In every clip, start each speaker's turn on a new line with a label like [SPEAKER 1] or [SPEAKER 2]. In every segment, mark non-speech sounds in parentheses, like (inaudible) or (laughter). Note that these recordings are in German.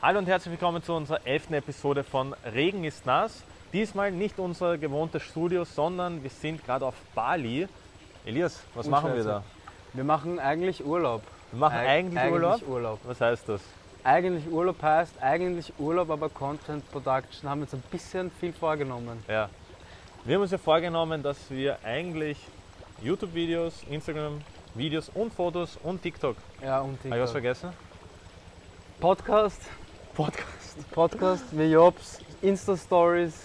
[SPEAKER 1] Hallo und herzlich willkommen zu unserer elften Episode von Regen ist nass. Diesmal nicht unser gewohntes Studio, sondern wir sind gerade auf Bali. Elias, was
[SPEAKER 2] Und
[SPEAKER 1] machen wir
[SPEAKER 2] Schweizer.
[SPEAKER 1] da?
[SPEAKER 2] Wir machen eigentlich Urlaub.
[SPEAKER 1] Wir machen
[SPEAKER 2] also, Eig-
[SPEAKER 1] eigentlich, Urlaub.
[SPEAKER 2] Eigentlich Urlaub.
[SPEAKER 1] Was heißt das?
[SPEAKER 2] Eigentlich Urlaub heißt eigentlich Urlaub, aber Content Production haben wir uns ein bisschen viel vorgenommen.
[SPEAKER 1] Ja. Wir haben uns ja vorgenommen, dass wir eigentlich YouTube-Videos, Instagram-Videos und Fotos und TikTok.
[SPEAKER 2] Ja, und
[SPEAKER 1] Habe ich was
[SPEAKER 2] TikTok.
[SPEAKER 1] vergessen?
[SPEAKER 2] Podcast,
[SPEAKER 1] Podcast.
[SPEAKER 2] Podcast, Jobs, Insta-Stories.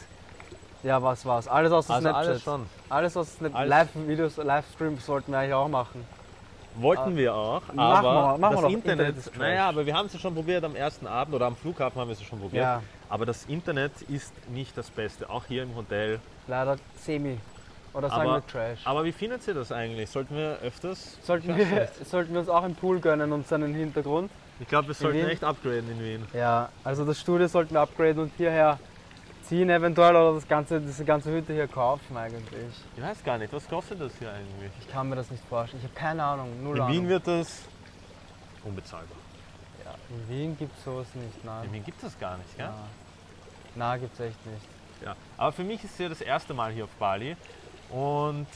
[SPEAKER 2] Ja, was war's? Alles außer
[SPEAKER 1] Also
[SPEAKER 2] Snapchat.
[SPEAKER 1] alles schon.
[SPEAKER 2] Alles außer Snapchat.
[SPEAKER 1] Alles.
[SPEAKER 2] Live-Videos, Livestreams sollten wir eigentlich auch machen.
[SPEAKER 1] Wollten wir auch, aber
[SPEAKER 2] Ah. Machen wir- machen wir
[SPEAKER 1] das
[SPEAKER 2] doch.
[SPEAKER 1] Internet,
[SPEAKER 2] Internet ist trash.
[SPEAKER 1] naja, aber wir haben es ja schon probiert am ersten Abend oder am Flughafen haben wir es ja schon probiert.
[SPEAKER 2] Ja,
[SPEAKER 1] Aber das Internet ist nicht das Beste, auch hier im Hotel.
[SPEAKER 2] leider semi. Oder sagen
[SPEAKER 1] Aber-
[SPEAKER 2] wir Trash.
[SPEAKER 1] Aber wie findet ihr das eigentlich? Sollten wir öfters?
[SPEAKER 2] Sollten wir, (laughs) sollten wir uns auch einen Pool gönnen und seinen Hintergrund?
[SPEAKER 1] Ich glaube, wir sollten
[SPEAKER 2] Wien?
[SPEAKER 1] echt upgraden in Wien.
[SPEAKER 2] Ja, also das Studio sollten wir upgraden und hierher ziehen eventuell oder das ganze, diese ganze Hütte hier kaufen eigentlich.
[SPEAKER 1] Ich weiß gar nicht, was kostet das hier eigentlich?
[SPEAKER 2] Ich kann mir das nicht vorstellen. Ich habe keine Ahnung, null
[SPEAKER 1] In
[SPEAKER 2] Ahnung.
[SPEAKER 1] Wien wird das unbezahlbar.
[SPEAKER 2] In Wien gibt es sowas nicht, nein.
[SPEAKER 1] In Wien gibt es das gar nicht, gell?
[SPEAKER 2] Na, na gibt's echt nicht.
[SPEAKER 1] Ja. Aber für mich ist es ja das erste Mal hier auf Bali und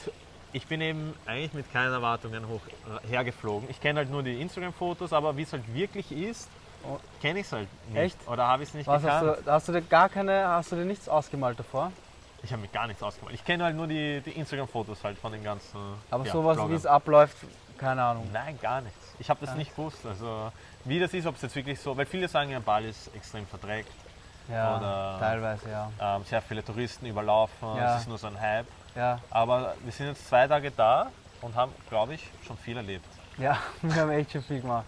[SPEAKER 1] ich bin eben eigentlich mit keinen Erwartungen hoch äh, hergeflogen. Ich kenne halt nur die Instagram-Fotos, aber wie es halt wirklich ist,
[SPEAKER 2] Oh.
[SPEAKER 1] kenne ich es halt nicht.
[SPEAKER 2] Echt?
[SPEAKER 1] Oder habe ich es nicht
[SPEAKER 2] Was hast
[SPEAKER 1] gekannt.
[SPEAKER 2] du, hast du dir gar keine, hast du dir nichts ausgemalt davor?
[SPEAKER 1] Ich habe mir gar nichts ausgemalt. Ich kenne halt nur die, die Instagram-Fotos halt von den ganzen.
[SPEAKER 2] Aber
[SPEAKER 1] ja,
[SPEAKER 2] sowas, wie
[SPEAKER 1] Bloggern.
[SPEAKER 2] es abläuft, keine Ahnung.
[SPEAKER 1] Nein, gar nichts. Ich habe das
[SPEAKER 2] Gar
[SPEAKER 1] nicht gewusst. Also, wie das ist, ob es jetzt wirklich so. Weil viele sagen ja, Bali ist extrem verdreckt,
[SPEAKER 2] Ja,
[SPEAKER 1] Oder-
[SPEAKER 2] teilweise, ja.
[SPEAKER 1] ähm, sehr viele Touristen überlaufen,
[SPEAKER 2] Ja.
[SPEAKER 1] es ist nur so ein Hype.
[SPEAKER 2] Ja,
[SPEAKER 1] Aber wir sind jetzt zwei Tage da und haben, glaube ich, schon viel erlebt.
[SPEAKER 2] ja, (laughs) wir haben echt schon viel gemacht.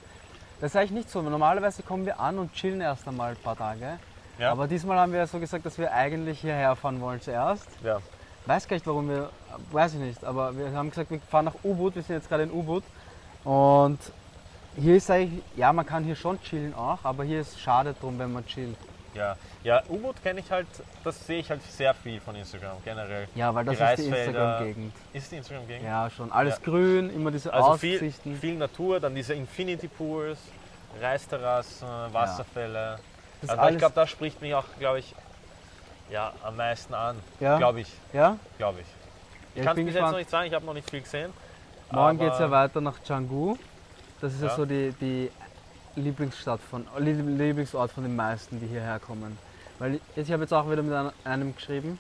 [SPEAKER 2] Das ist eigentlich nicht so. Normalerweise kommen wir an und chillen erst einmal ein paar Tage.
[SPEAKER 1] Ja,
[SPEAKER 2] Aber diesmal haben wir ja so gesagt, dass wir eigentlich hierher fahren wollen zuerst.
[SPEAKER 1] ja.
[SPEAKER 2] Weiß gar nicht, warum wir, weiß ich nicht, aber wir haben gesagt, wir fahren nach U-Boot, wir sind jetzt gerade in U-Boot. Und hier ist eigentlich, ja, man kann hier schon chillen auch, aber hier ist schade drum, wenn man chillt.
[SPEAKER 1] ja. ja U-Boot kenne ich halt, das sehe ich halt sehr viel von Instagram generell.
[SPEAKER 2] Ja, weil das
[SPEAKER 1] Die
[SPEAKER 2] ist die
[SPEAKER 1] Reisfelder.
[SPEAKER 2] Instagram-Gegend.
[SPEAKER 1] Ist die Instagram gegen?
[SPEAKER 2] Ja, schon. Alles
[SPEAKER 1] Ja.
[SPEAKER 2] grün, immer diese
[SPEAKER 1] Also viel,
[SPEAKER 2] Aussichten.
[SPEAKER 1] viel Natur, dann diese Infinity Pools, Reisterrassen, Wasserfälle.
[SPEAKER 2] das ist
[SPEAKER 1] Also ich
[SPEAKER 2] alles,
[SPEAKER 1] glaube, das spricht mich auch, glaube ich, ja, am meisten an.
[SPEAKER 2] ja?
[SPEAKER 1] Glaube ich,
[SPEAKER 2] ja?
[SPEAKER 1] glaube ich. Ich
[SPEAKER 2] Ja,
[SPEAKER 1] kann es
[SPEAKER 2] bin
[SPEAKER 1] bis jetzt
[SPEAKER 2] gespannt.
[SPEAKER 1] noch nicht sagen, ich habe noch nicht viel gesehen.
[SPEAKER 2] Morgen
[SPEAKER 1] aber-
[SPEAKER 2] geht es ja weiter nach Canggu. Das ist ja,
[SPEAKER 1] Ja.
[SPEAKER 2] so die, die Lieblingsstadt von, oh, Lieb- Lieblingsort von den meisten, die hierher kommen. Weil ich, ich habe jetzt auch wieder mit einer- einem geschrieben,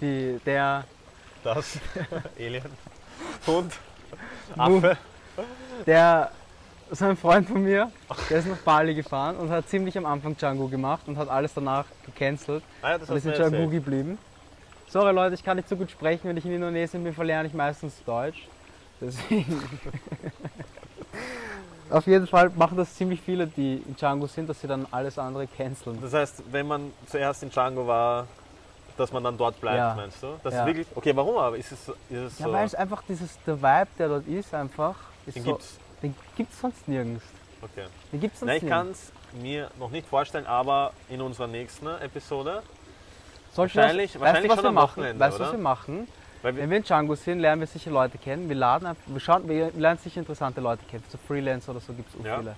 [SPEAKER 2] die, der (laughs)
[SPEAKER 1] Das Alien, Hund,
[SPEAKER 2] Mu-
[SPEAKER 1] Affe.
[SPEAKER 2] der, so ein Freund von mir, der ist nach Bali gefahren und hat ziemlich am Anfang Django gemacht und hat alles danach gecancelt
[SPEAKER 1] Ah, ja, das
[SPEAKER 2] und
[SPEAKER 1] hast
[SPEAKER 2] ist
[SPEAKER 1] du
[SPEAKER 2] in
[SPEAKER 1] mir
[SPEAKER 2] Django
[SPEAKER 1] erzählt.
[SPEAKER 2] geblieben. Sorry Leute, ich kann nicht so gut sprechen, wenn ich in Indonesien bin, verlerne ich meistens Deutsch.
[SPEAKER 1] (laughs)
[SPEAKER 2] Deswegen. Auf jeden Fall machen das ziemlich viele, die in Django sind, dass sie dann alles andere canceln.
[SPEAKER 1] Das heißt, wenn man zuerst in Django war, dass man dann dort bleibt,
[SPEAKER 2] Ja.
[SPEAKER 1] meinst du? Das
[SPEAKER 2] Ja.
[SPEAKER 1] ist wirklich. Okay, warum aber? Ist es, ist es
[SPEAKER 2] Ja,
[SPEAKER 1] so?
[SPEAKER 2] weil es einfach dieses, der Vibe, der dort ist, einfach. Ist
[SPEAKER 1] den
[SPEAKER 2] so,
[SPEAKER 1] gibt's.
[SPEAKER 2] Den gibt's sonst nirgends.
[SPEAKER 1] Okay.
[SPEAKER 2] Den gibt's sonst
[SPEAKER 1] Nein, ich kann
[SPEAKER 2] nirgends.
[SPEAKER 1] es mir noch nicht vorstellen, aber in unserer nächsten Episode,
[SPEAKER 2] Sollten
[SPEAKER 1] wahrscheinlich-
[SPEAKER 2] wir,
[SPEAKER 1] wahrscheinlich
[SPEAKER 2] weißt, du, was
[SPEAKER 1] schon
[SPEAKER 2] wir
[SPEAKER 1] am
[SPEAKER 2] machen?
[SPEAKER 1] Wochenende,
[SPEAKER 2] Weißt du, was
[SPEAKER 1] oder?
[SPEAKER 2] wir machen?
[SPEAKER 1] weil wir,
[SPEAKER 2] Wenn wir in Django sind, lernen wir sicher Leute kennen. Wir laden einfach, wir schauen, wir lernen sicher interessante Leute kennen. So Freelancer oder so gibt es auch
[SPEAKER 1] Ja.
[SPEAKER 2] viele.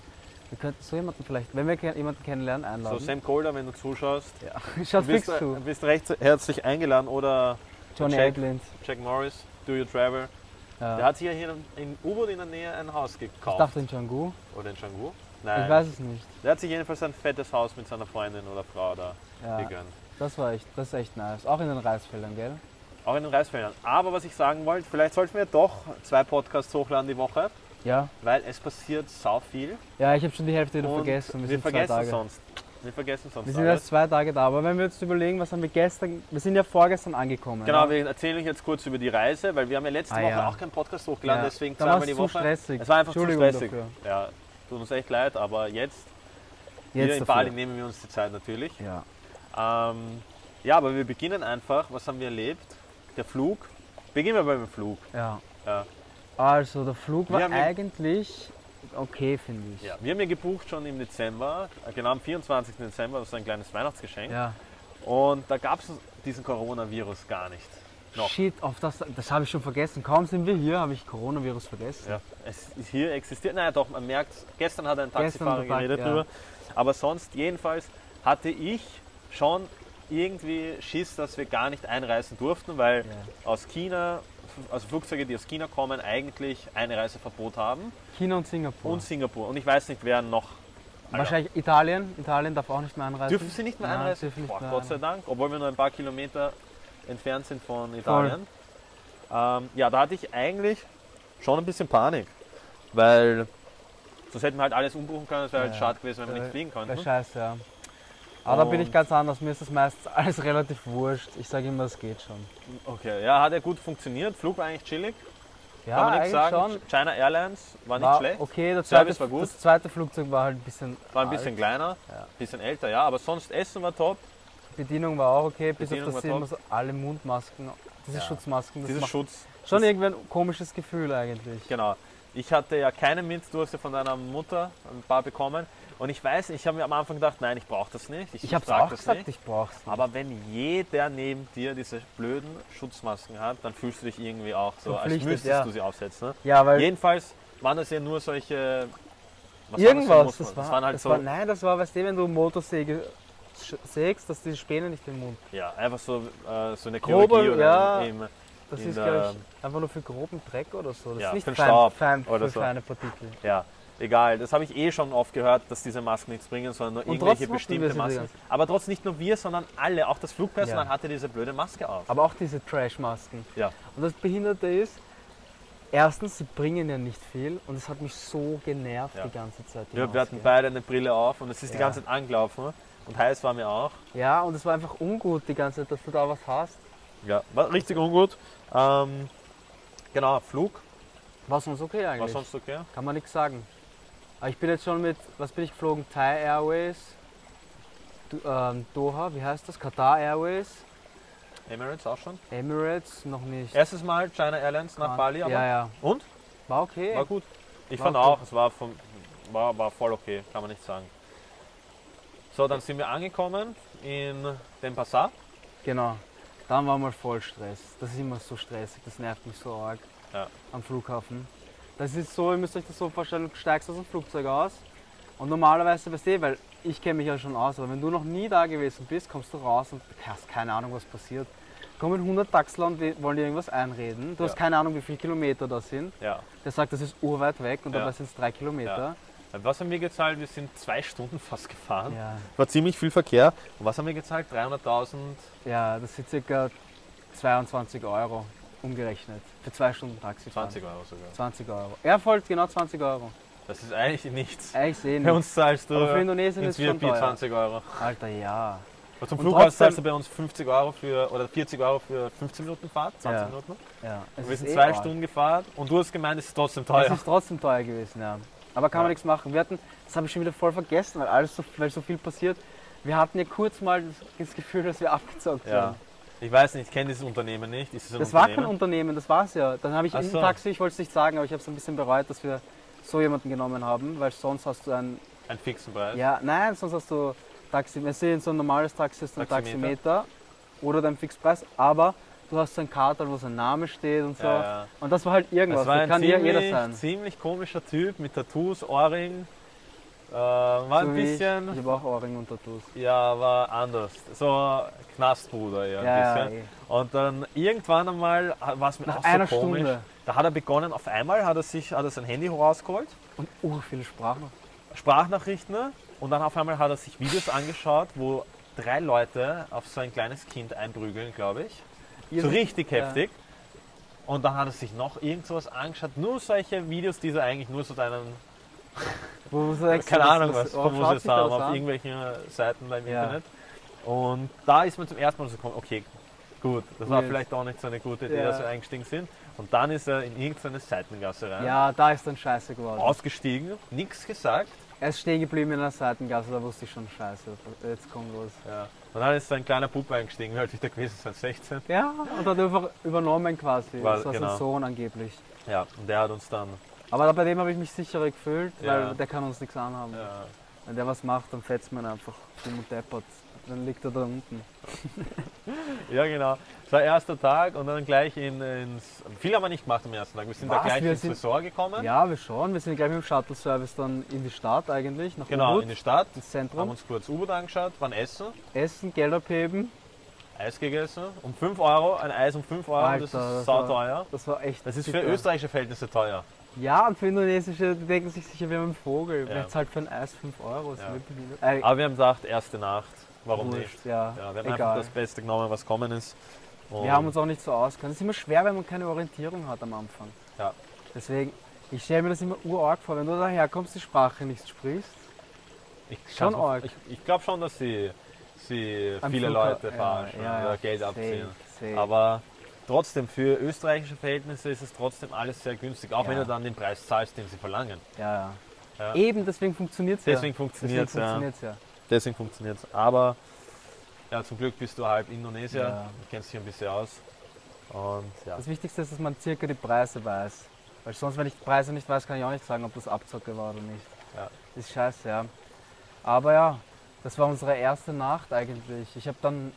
[SPEAKER 2] Wir könnten so jemanden vielleicht, wenn wir ke- jemanden kennenlernen,
[SPEAKER 1] so
[SPEAKER 2] einladen. (laughs)
[SPEAKER 1] Sam Colder, wenn du zuschaust,
[SPEAKER 2] ja.
[SPEAKER 1] du
[SPEAKER 2] Schaut fix
[SPEAKER 1] bist,
[SPEAKER 2] zu.
[SPEAKER 1] bist recht herzlich eingeladen oder
[SPEAKER 2] Johnny
[SPEAKER 1] Jack.
[SPEAKER 2] Eglins.
[SPEAKER 1] Jack Morris, Do You Travel.
[SPEAKER 2] Ja.
[SPEAKER 1] Der hat sich ja hier in- in U-Boot in der Nähe ein Haus
[SPEAKER 2] ich
[SPEAKER 1] gekauft.
[SPEAKER 2] dachte in Django.
[SPEAKER 1] Oder in Canggu?
[SPEAKER 2] Ich weiß es nicht.
[SPEAKER 1] Der hat sich jedenfalls ein fettes Haus mit seiner Freundin oder Frau da
[SPEAKER 2] Ja,
[SPEAKER 1] gegönnt.
[SPEAKER 2] das war echt, das ist echt nice. Auch in den Reisfeldern, gell?
[SPEAKER 1] Auch in den Reisfeldern. Aber was ich sagen wollte, vielleicht sollten wir doch zwei Podcasts hochladen die Woche,
[SPEAKER 2] Ja.
[SPEAKER 1] weil es passiert sau viel.
[SPEAKER 2] Ja, ich habe schon die Hälfte wieder
[SPEAKER 1] und
[SPEAKER 2] vergessen. Wir, sind zwei
[SPEAKER 1] vergessen
[SPEAKER 2] Tage.
[SPEAKER 1] sonst. Wir vergessen sonst
[SPEAKER 2] Wir sind
[SPEAKER 1] alles.
[SPEAKER 2] erst zwei Tage da. Aber wenn wir jetzt überlegen, was haben wir gestern, wir sind ja vorgestern angekommen.
[SPEAKER 1] Genau,
[SPEAKER 2] ja?
[SPEAKER 1] wir erzählen euch jetzt kurz über die Reise, weil wir haben ja letzte
[SPEAKER 2] Ah,
[SPEAKER 1] Woche
[SPEAKER 2] ja.
[SPEAKER 1] auch keinen Podcast hochgeladen,
[SPEAKER 2] Ja.
[SPEAKER 1] deswegen
[SPEAKER 2] Da
[SPEAKER 1] zweimal
[SPEAKER 2] war's
[SPEAKER 1] die
[SPEAKER 2] zu
[SPEAKER 1] Woche.
[SPEAKER 2] stressig.
[SPEAKER 1] Es war einfach zu
[SPEAKER 2] Entschuldigung
[SPEAKER 1] stressig.
[SPEAKER 2] dafür.
[SPEAKER 1] Ja, tut uns echt leid, aber jetzt, hier
[SPEAKER 2] Jetzt
[SPEAKER 1] in
[SPEAKER 2] dafür.
[SPEAKER 1] Bali nehmen wir uns die Zeit natürlich.
[SPEAKER 2] Ja.
[SPEAKER 1] Ähm, ja, aber wir beginnen einfach. Was haben wir erlebt? Der Flug. Beginnen wir beim Flug.
[SPEAKER 2] Ja.
[SPEAKER 1] Ja.
[SPEAKER 2] Also der Flug
[SPEAKER 1] Wir
[SPEAKER 2] war
[SPEAKER 1] haben ja-
[SPEAKER 2] eigentlich okay, finde ich.
[SPEAKER 1] Ja, wir haben ja gebucht schon im Dezember, genau am 24. Dezember, das ist ein kleines Weihnachtsgeschenk.
[SPEAKER 2] Ja.
[SPEAKER 1] Und da gab es diesen Coronavirus gar nicht. Noch.
[SPEAKER 2] Shit, auf das, das habe ich schon vergessen. Kaum sind wir hier, habe ich Coronavirus vergessen.
[SPEAKER 1] Ja. Es ist hier existiert, naja doch, man merkt, gestern hat ein Taxifahrer
[SPEAKER 2] Gestern der Tag-
[SPEAKER 1] geredet
[SPEAKER 2] ja.
[SPEAKER 1] drüber. Aber sonst jedenfalls hatte ich schon irgendwie Schiss, dass wir gar nicht einreisen durften, weil aus China, also Flugzeuge, die aus China kommen, eigentlich Einreiseverbot haben.
[SPEAKER 2] China und Singapur.
[SPEAKER 1] Und Singapur. Und ich weiß nicht, wer noch.
[SPEAKER 2] Wahrscheinlich Italien. Italien darf auch nicht mehr anreisen.
[SPEAKER 1] Dürfen sie nicht mehr
[SPEAKER 2] Nein,
[SPEAKER 1] einreisen?
[SPEAKER 2] dürfen nicht
[SPEAKER 1] Boah,
[SPEAKER 2] mehr
[SPEAKER 1] Gott sei
[SPEAKER 2] einreisen.
[SPEAKER 1] Dank, obwohl wir nur ein paar Kilometer entfernt sind von Italien. Ähm, ja, da hatte ich eigentlich schon ein bisschen Panik, weil sonst hätten wir halt alles umbuchen können. Es wäre halt
[SPEAKER 2] Ja,
[SPEAKER 1] schade gewesen, wenn wir
[SPEAKER 2] äh,
[SPEAKER 1] nicht fliegen
[SPEAKER 2] Wäre
[SPEAKER 1] konnten.
[SPEAKER 2] scheiße, ja. Aber da bin ich
[SPEAKER 1] ne? Und-
[SPEAKER 2] ganz anders. Mir ist das meistens alles relativ wurscht. Ich sage immer, es geht schon.
[SPEAKER 1] Okay, ja, hat ja gut funktioniert. Flug war eigentlich chillig.
[SPEAKER 2] Ja,
[SPEAKER 1] Kann man nichts
[SPEAKER 2] eigentlich
[SPEAKER 1] sagen. China Airlines war nicht
[SPEAKER 2] War
[SPEAKER 1] schlecht.
[SPEAKER 2] Okay, das
[SPEAKER 1] Service
[SPEAKER 2] zweite,
[SPEAKER 1] war gut.
[SPEAKER 2] das zweite Flugzeug war halt ein bisschen.
[SPEAKER 1] War ein
[SPEAKER 2] alt.
[SPEAKER 1] bisschen kleiner,
[SPEAKER 2] Ja.
[SPEAKER 1] bisschen älter, ja. Aber sonst Essen war top.
[SPEAKER 2] Bedienung war auch okay, bis
[SPEAKER 1] Bedienung
[SPEAKER 2] auf das
[SPEAKER 1] war
[SPEAKER 2] sehen
[SPEAKER 1] top.
[SPEAKER 2] muss alle Mundmasken, diese
[SPEAKER 1] Ja.
[SPEAKER 2] Schutzmasken, das
[SPEAKER 1] Dieses
[SPEAKER 2] macht
[SPEAKER 1] Schutz.
[SPEAKER 2] schon
[SPEAKER 1] das-
[SPEAKER 2] irgendwie ein komisches Gefühl eigentlich.
[SPEAKER 1] Genau. Ich hatte ja keine mit, du hast ja von deiner Mutter ein paar bekommen. Und ich weiß, nicht, ich habe mir am Anfang gedacht, nein, ich brauche das nicht.
[SPEAKER 2] Ich habe es
[SPEAKER 1] trag
[SPEAKER 2] auch gesagt, ich brauch's. nicht.
[SPEAKER 1] Aber wenn jeder neben dir diese blöden Schutzmasken hat, dann fühlst du dich irgendwie auch so, als
[SPEAKER 2] Verpflichtet,
[SPEAKER 1] müsstest
[SPEAKER 2] ja.
[SPEAKER 1] du sie aufsetzen. Ne?
[SPEAKER 2] ja, weil
[SPEAKER 1] Jedenfalls waren das ja nur solche. was waren das für
[SPEAKER 2] irgendwas,
[SPEAKER 1] Muskeln?
[SPEAKER 2] das, war,
[SPEAKER 1] das waren halt
[SPEAKER 2] das
[SPEAKER 1] so.
[SPEAKER 2] war, nein, das war, weißt du, wenn du Motorsäge sch- sägst, dass die Späne nicht im Mund.
[SPEAKER 1] ja, einfach so, äh, so eine
[SPEAKER 2] Grobe,
[SPEAKER 1] Chirurgie oder
[SPEAKER 2] ja.
[SPEAKER 1] eben.
[SPEAKER 2] Das
[SPEAKER 1] In
[SPEAKER 2] ist,
[SPEAKER 1] der-
[SPEAKER 2] glaube ich, einfach nur für groben Dreck oder so. Das
[SPEAKER 1] Ja,
[SPEAKER 2] ist nicht
[SPEAKER 1] für den
[SPEAKER 2] fein,
[SPEAKER 1] Staub
[SPEAKER 2] fein,
[SPEAKER 1] oder
[SPEAKER 2] für
[SPEAKER 1] so.
[SPEAKER 2] feine Partikel.
[SPEAKER 1] Ja, egal. Das habe ich eh schon oft gehört, dass diese Masken nichts bringen, sondern nur
[SPEAKER 2] Und
[SPEAKER 1] irgendwelche
[SPEAKER 2] trotzdem hatten wir
[SPEAKER 1] bestimmte
[SPEAKER 2] sie
[SPEAKER 1] Masken. Aber trotzdem nicht nur wir, sondern alle. Auch das Flugpersonal
[SPEAKER 2] Ja.
[SPEAKER 1] hatte diese blöde Maske auf.
[SPEAKER 2] Aber auch diese Trash-Masken.
[SPEAKER 1] Ja.
[SPEAKER 2] Und das Behinderte ist, erstens, sie bringen ja nicht viel und es hat mich so genervt
[SPEAKER 1] Ja.
[SPEAKER 2] die ganze Zeit. Die
[SPEAKER 1] Wir, wir hatten
[SPEAKER 2] Maske.
[SPEAKER 1] beide eine Brille auf und es ist die
[SPEAKER 2] genau, Ja.
[SPEAKER 1] ganze Zeit angelaufen. Und heiß war mir auch.
[SPEAKER 2] ja, und es war einfach ungut die ganze Zeit, dass du da was hast.
[SPEAKER 1] Ja, war richtig ungut. Ähm, genau, Flug
[SPEAKER 2] War sonst okay
[SPEAKER 1] war
[SPEAKER 2] eigentlich.
[SPEAKER 1] sonst okay.
[SPEAKER 2] Kann man nichts sagen. Aber ich bin jetzt schon mit, was bin ich geflogen? Thai Airways, du, ähm, Doha, wie heißt das? Qatar Airways,
[SPEAKER 1] Emirates auch schon.
[SPEAKER 2] Emirates, noch nicht.
[SPEAKER 1] Erstes Mal China Airlines nach Bali. Aber
[SPEAKER 2] Ah, Ja, ja.
[SPEAKER 1] Und?
[SPEAKER 2] War okay.
[SPEAKER 1] War gut. Ich
[SPEAKER 2] War
[SPEAKER 1] fand
[SPEAKER 2] gut.
[SPEAKER 1] auch, es war, vom, war, war voll okay, kann man nicht sagen. So, dann sind wir angekommen in dem Passat.
[SPEAKER 2] Genau. Dann war mal voll Stress. Das ist immer so stressig, das nervt mich so arg
[SPEAKER 1] Ja.
[SPEAKER 2] am Flughafen. Das ist so, ihr müsst euch das so vorstellen, du steigst aus dem Flugzeug aus und normalerweise, weißt du, weil ich kenne mich ja schon aus, aber wenn du noch nie da gewesen bist, kommst du raus und hast keine Ahnung, was passiert. Kommen 100 Taxler und die wollen dir irgendwas einreden. Du hast
[SPEAKER 1] Ja.
[SPEAKER 2] keine Ahnung, wie viele Kilometer da sind.
[SPEAKER 1] Ja.
[SPEAKER 2] Der sagt, das ist urweit weg und
[SPEAKER 1] Ja.
[SPEAKER 2] dabei sind es drei Kilometer.
[SPEAKER 1] Was haben wir gezahlt? Wir sind zwei Stunden fast gefahren.
[SPEAKER 2] Ja.
[SPEAKER 1] War ziemlich viel Verkehr. Und was haben wir gezahlt? 300.000.
[SPEAKER 2] ja, das sind circa 22 Euro umgerechnet für zwei Stunden Taxi.
[SPEAKER 1] 20 Euro sogar.
[SPEAKER 2] 20 Euro. Ja, voll, genau 20 Euro.
[SPEAKER 1] Das ist eigentlich nichts.
[SPEAKER 2] Eigentlich sehen.
[SPEAKER 1] Bei uns zahlst du
[SPEAKER 2] Aber für Indonesien
[SPEAKER 1] ins
[SPEAKER 2] ist schon
[SPEAKER 1] VIP
[SPEAKER 2] teuer.
[SPEAKER 1] 20 Euro.
[SPEAKER 2] Alter, ja.
[SPEAKER 1] Aber zum
[SPEAKER 2] Und
[SPEAKER 1] Flughafen
[SPEAKER 2] trotzdem-
[SPEAKER 1] zahlst du bei uns 50 Euro für, oder 40 Euro für 15 Minuten Fahrt, 20
[SPEAKER 2] Ja.
[SPEAKER 1] Minuten.
[SPEAKER 2] ja. es
[SPEAKER 1] wir sind
[SPEAKER 2] eh
[SPEAKER 1] zwei
[SPEAKER 2] arg.
[SPEAKER 1] Stunden gefahren und du hast gemeint, es ist trotzdem
[SPEAKER 2] Es
[SPEAKER 1] teuer.
[SPEAKER 2] ist trotzdem teuer gewesen, ja. Aber kann man
[SPEAKER 1] Ja.
[SPEAKER 2] nichts machen. Wir hatten, das habe ich schon wieder voll vergessen, weil, alles so, weil so viel passiert. Wir hatten ja kurz mal das Gefühl, dass wir (laughs) abgezockt
[SPEAKER 1] Ja.
[SPEAKER 2] werden.
[SPEAKER 1] Ich weiß nicht, ich kenne dieses Unternehmen nicht. Ist es ein
[SPEAKER 2] Das war kein
[SPEAKER 1] Unternehmen?
[SPEAKER 2] Unternehmen, das war es ja. Dann habe ich
[SPEAKER 1] Ach
[SPEAKER 2] im
[SPEAKER 1] so.
[SPEAKER 2] Taxi, ich wollte es nicht sagen, aber ich habe es ein bisschen bereut, dass wir so jemanden genommen haben, weil sonst hast du ein.
[SPEAKER 1] ein fixen Preis.
[SPEAKER 2] Ja, nein, sonst hast du Taxi. Wir sehen, so ein normales Taxi ist ein
[SPEAKER 1] Taximeter.
[SPEAKER 2] Taximeter oder dein Fixpreis, aber du hast so ein Kater, wo sein Name steht und so.
[SPEAKER 1] Ja, ja.
[SPEAKER 2] Und das war halt irgendwas,
[SPEAKER 1] Das war
[SPEAKER 2] das
[SPEAKER 1] ein
[SPEAKER 2] kann ja jeder
[SPEAKER 1] ziemlich,
[SPEAKER 2] sein.
[SPEAKER 1] ziemlich komischer Typ mit Tattoos, Ohrring. Äh, war
[SPEAKER 2] So
[SPEAKER 1] ein
[SPEAKER 2] wie Ich,
[SPEAKER 1] bisschen.
[SPEAKER 2] ich habe auch Ohrring und Tattoos.
[SPEAKER 1] Ja, war anders. So Knastbruder, ja.
[SPEAKER 2] Ja,
[SPEAKER 1] ein bisschen.
[SPEAKER 2] ey.
[SPEAKER 1] Und dann irgendwann einmal war es mir
[SPEAKER 2] Nach
[SPEAKER 1] auch
[SPEAKER 2] einer
[SPEAKER 1] so komisch.
[SPEAKER 2] Stunde.
[SPEAKER 1] Da hat er begonnen, auf einmal hat er sich hat er sein Handy rausgeholt,
[SPEAKER 2] und ur viele Sprachen.
[SPEAKER 1] Sprachnachrichten ne? und dann auf einmal hat er sich Videos angeschaut, wo drei Leute auf so ein kleines Kind einprügeln, glaube ich. So richtig
[SPEAKER 2] Ja.
[SPEAKER 1] heftig. Und dann hat er sich noch irgend sowas angeschaut. Nur solche Videos, die so eigentlich nur so deinen,
[SPEAKER 2] Wo du sagst,
[SPEAKER 1] keine
[SPEAKER 2] das-
[SPEAKER 1] Ahnung
[SPEAKER 2] das-
[SPEAKER 1] was,
[SPEAKER 2] warum
[SPEAKER 1] von muss
[SPEAKER 2] schaut sich
[SPEAKER 1] ich
[SPEAKER 2] da
[SPEAKER 1] sagen,
[SPEAKER 2] was
[SPEAKER 1] auf
[SPEAKER 2] an?
[SPEAKER 1] irgendwelchen äh, Seiten da im
[SPEAKER 2] Ja.
[SPEAKER 1] Internet. Und da ist mir zum ersten Mal so gekommen, okay, gut, das war
[SPEAKER 2] Weird.
[SPEAKER 1] vielleicht auch nicht so eine gute Idee,
[SPEAKER 2] Ja.
[SPEAKER 1] dass wir eingestiegen sind. Und dann ist er in irgendeine Seitengasse rein.
[SPEAKER 2] Ja, da ist dann scheiße geworden.
[SPEAKER 1] Ausgestiegen, nichts gesagt.
[SPEAKER 2] Er ist stehen geblieben in einer Seitengasse, da wusste ich schon scheiße. Jetzt kommt was.
[SPEAKER 1] Ja. Und dann ist so ein kleiner Puppe eingestiegen, wie alt wird er gewesen sein, 16.
[SPEAKER 2] Ja, und hat einfach übernommen quasi.
[SPEAKER 1] War-
[SPEAKER 2] das war
[SPEAKER 1] genau.
[SPEAKER 2] sein Sohn angeblich.
[SPEAKER 1] Ja, und der hat uns dann
[SPEAKER 2] Aber bei dem habe ich mich sicherer gefühlt,
[SPEAKER 1] Ja.
[SPEAKER 2] weil der kann uns nichts anhaben.
[SPEAKER 1] Ja.
[SPEAKER 2] Wenn der was macht, dann fetzt man einfach dumm und deppert. Dann liegt er da unten.
[SPEAKER 1] Ja, genau. Es war erster Tag und dann gleich in, ins. Viel haben wir nicht gemacht am ersten Tag. Wir sind da
[SPEAKER 2] Was?
[SPEAKER 1] gleich
[SPEAKER 2] Wir
[SPEAKER 1] ins
[SPEAKER 2] sind-
[SPEAKER 1] Ressort gekommen.
[SPEAKER 2] Ja, wir schauen. Wir sind gleich mit dem Shuttle-Service dann in die Stadt eigentlich, nach
[SPEAKER 1] Genau,
[SPEAKER 2] Ubud,
[SPEAKER 1] in die Stadt.
[SPEAKER 2] ins
[SPEAKER 1] Haben
[SPEAKER 2] Zentrum.
[SPEAKER 1] uns kurz U-Boot angeschaut, waren essen,
[SPEAKER 2] Essen, Geld abheben.
[SPEAKER 1] Eis gegessen. Um 5 Euro, ein Eis um 5 Euro, das
[SPEAKER 2] Alter,
[SPEAKER 1] ist
[SPEAKER 2] das
[SPEAKER 1] sau
[SPEAKER 2] war-
[SPEAKER 1] teuer.
[SPEAKER 2] Das war echt
[SPEAKER 1] Das ist für
[SPEAKER 2] bitter.
[SPEAKER 1] österreichische Verhältnisse teuer.
[SPEAKER 2] Ja, und für indonesische, die denken sich sicher, wir haben einen Vogel.
[SPEAKER 1] Ja.
[SPEAKER 2] Wer zahlt für ein Eis 5 Euro? Ist
[SPEAKER 1] Ja.
[SPEAKER 2] wirklich nicht- Äh,
[SPEAKER 1] Aber wir haben gesagt, erste Nacht, warum
[SPEAKER 2] wurscht,
[SPEAKER 1] nicht?
[SPEAKER 2] Ja,
[SPEAKER 1] Ja, wir haben einfach
[SPEAKER 2] egal.
[SPEAKER 1] das Beste genommen, was kommen ist. Und
[SPEAKER 2] wir haben uns auch nicht so auskennen. Es ist immer schwer, wenn man keine Orientierung hat am Anfang.
[SPEAKER 1] Ja.
[SPEAKER 2] Deswegen, ich stelle mir das immer urarg vor, wenn du daherkommst, die Sprache nicht sprichst.
[SPEAKER 1] ich
[SPEAKER 2] schon
[SPEAKER 1] kann's-
[SPEAKER 2] arg.
[SPEAKER 1] Ich, ich glaube schon, dass sie, sie
[SPEAKER 2] Am
[SPEAKER 1] viele
[SPEAKER 2] Flugha-
[SPEAKER 1] Leute
[SPEAKER 2] ja,
[SPEAKER 1] verarschen
[SPEAKER 2] ja, ja,
[SPEAKER 1] oder Geld
[SPEAKER 2] safe,
[SPEAKER 1] abziehen.
[SPEAKER 2] safe.
[SPEAKER 1] Aber trotzdem, für österreichische Verhältnisse ist es trotzdem alles sehr günstig, auch
[SPEAKER 2] Ja.
[SPEAKER 1] wenn du dann den Preis zahlst, den sie verlangen.
[SPEAKER 2] Ja,
[SPEAKER 1] Ja.
[SPEAKER 2] ja. Eben, deswegen funktioniert es ja.
[SPEAKER 1] Deswegen funktioniert es.
[SPEAKER 2] Deswegen
[SPEAKER 1] Ja.
[SPEAKER 2] funktioniert's ja.
[SPEAKER 1] Deswegen funktioniert es. Aber ja, zum Glück bist du halb Indonesier,
[SPEAKER 2] Ja.
[SPEAKER 1] du kennst dich ein bisschen aus. Und ja.
[SPEAKER 2] Das Wichtigste ist, dass man circa die Preise weiß. Weil sonst, wenn ich die Preise nicht weiß, kann ich auch nicht sagen, ob das Abzocke war oder nicht.
[SPEAKER 1] Ja.
[SPEAKER 2] Das ist scheiße, ja. Aber ja, das war unsere erste Nacht eigentlich. Ich habe dann,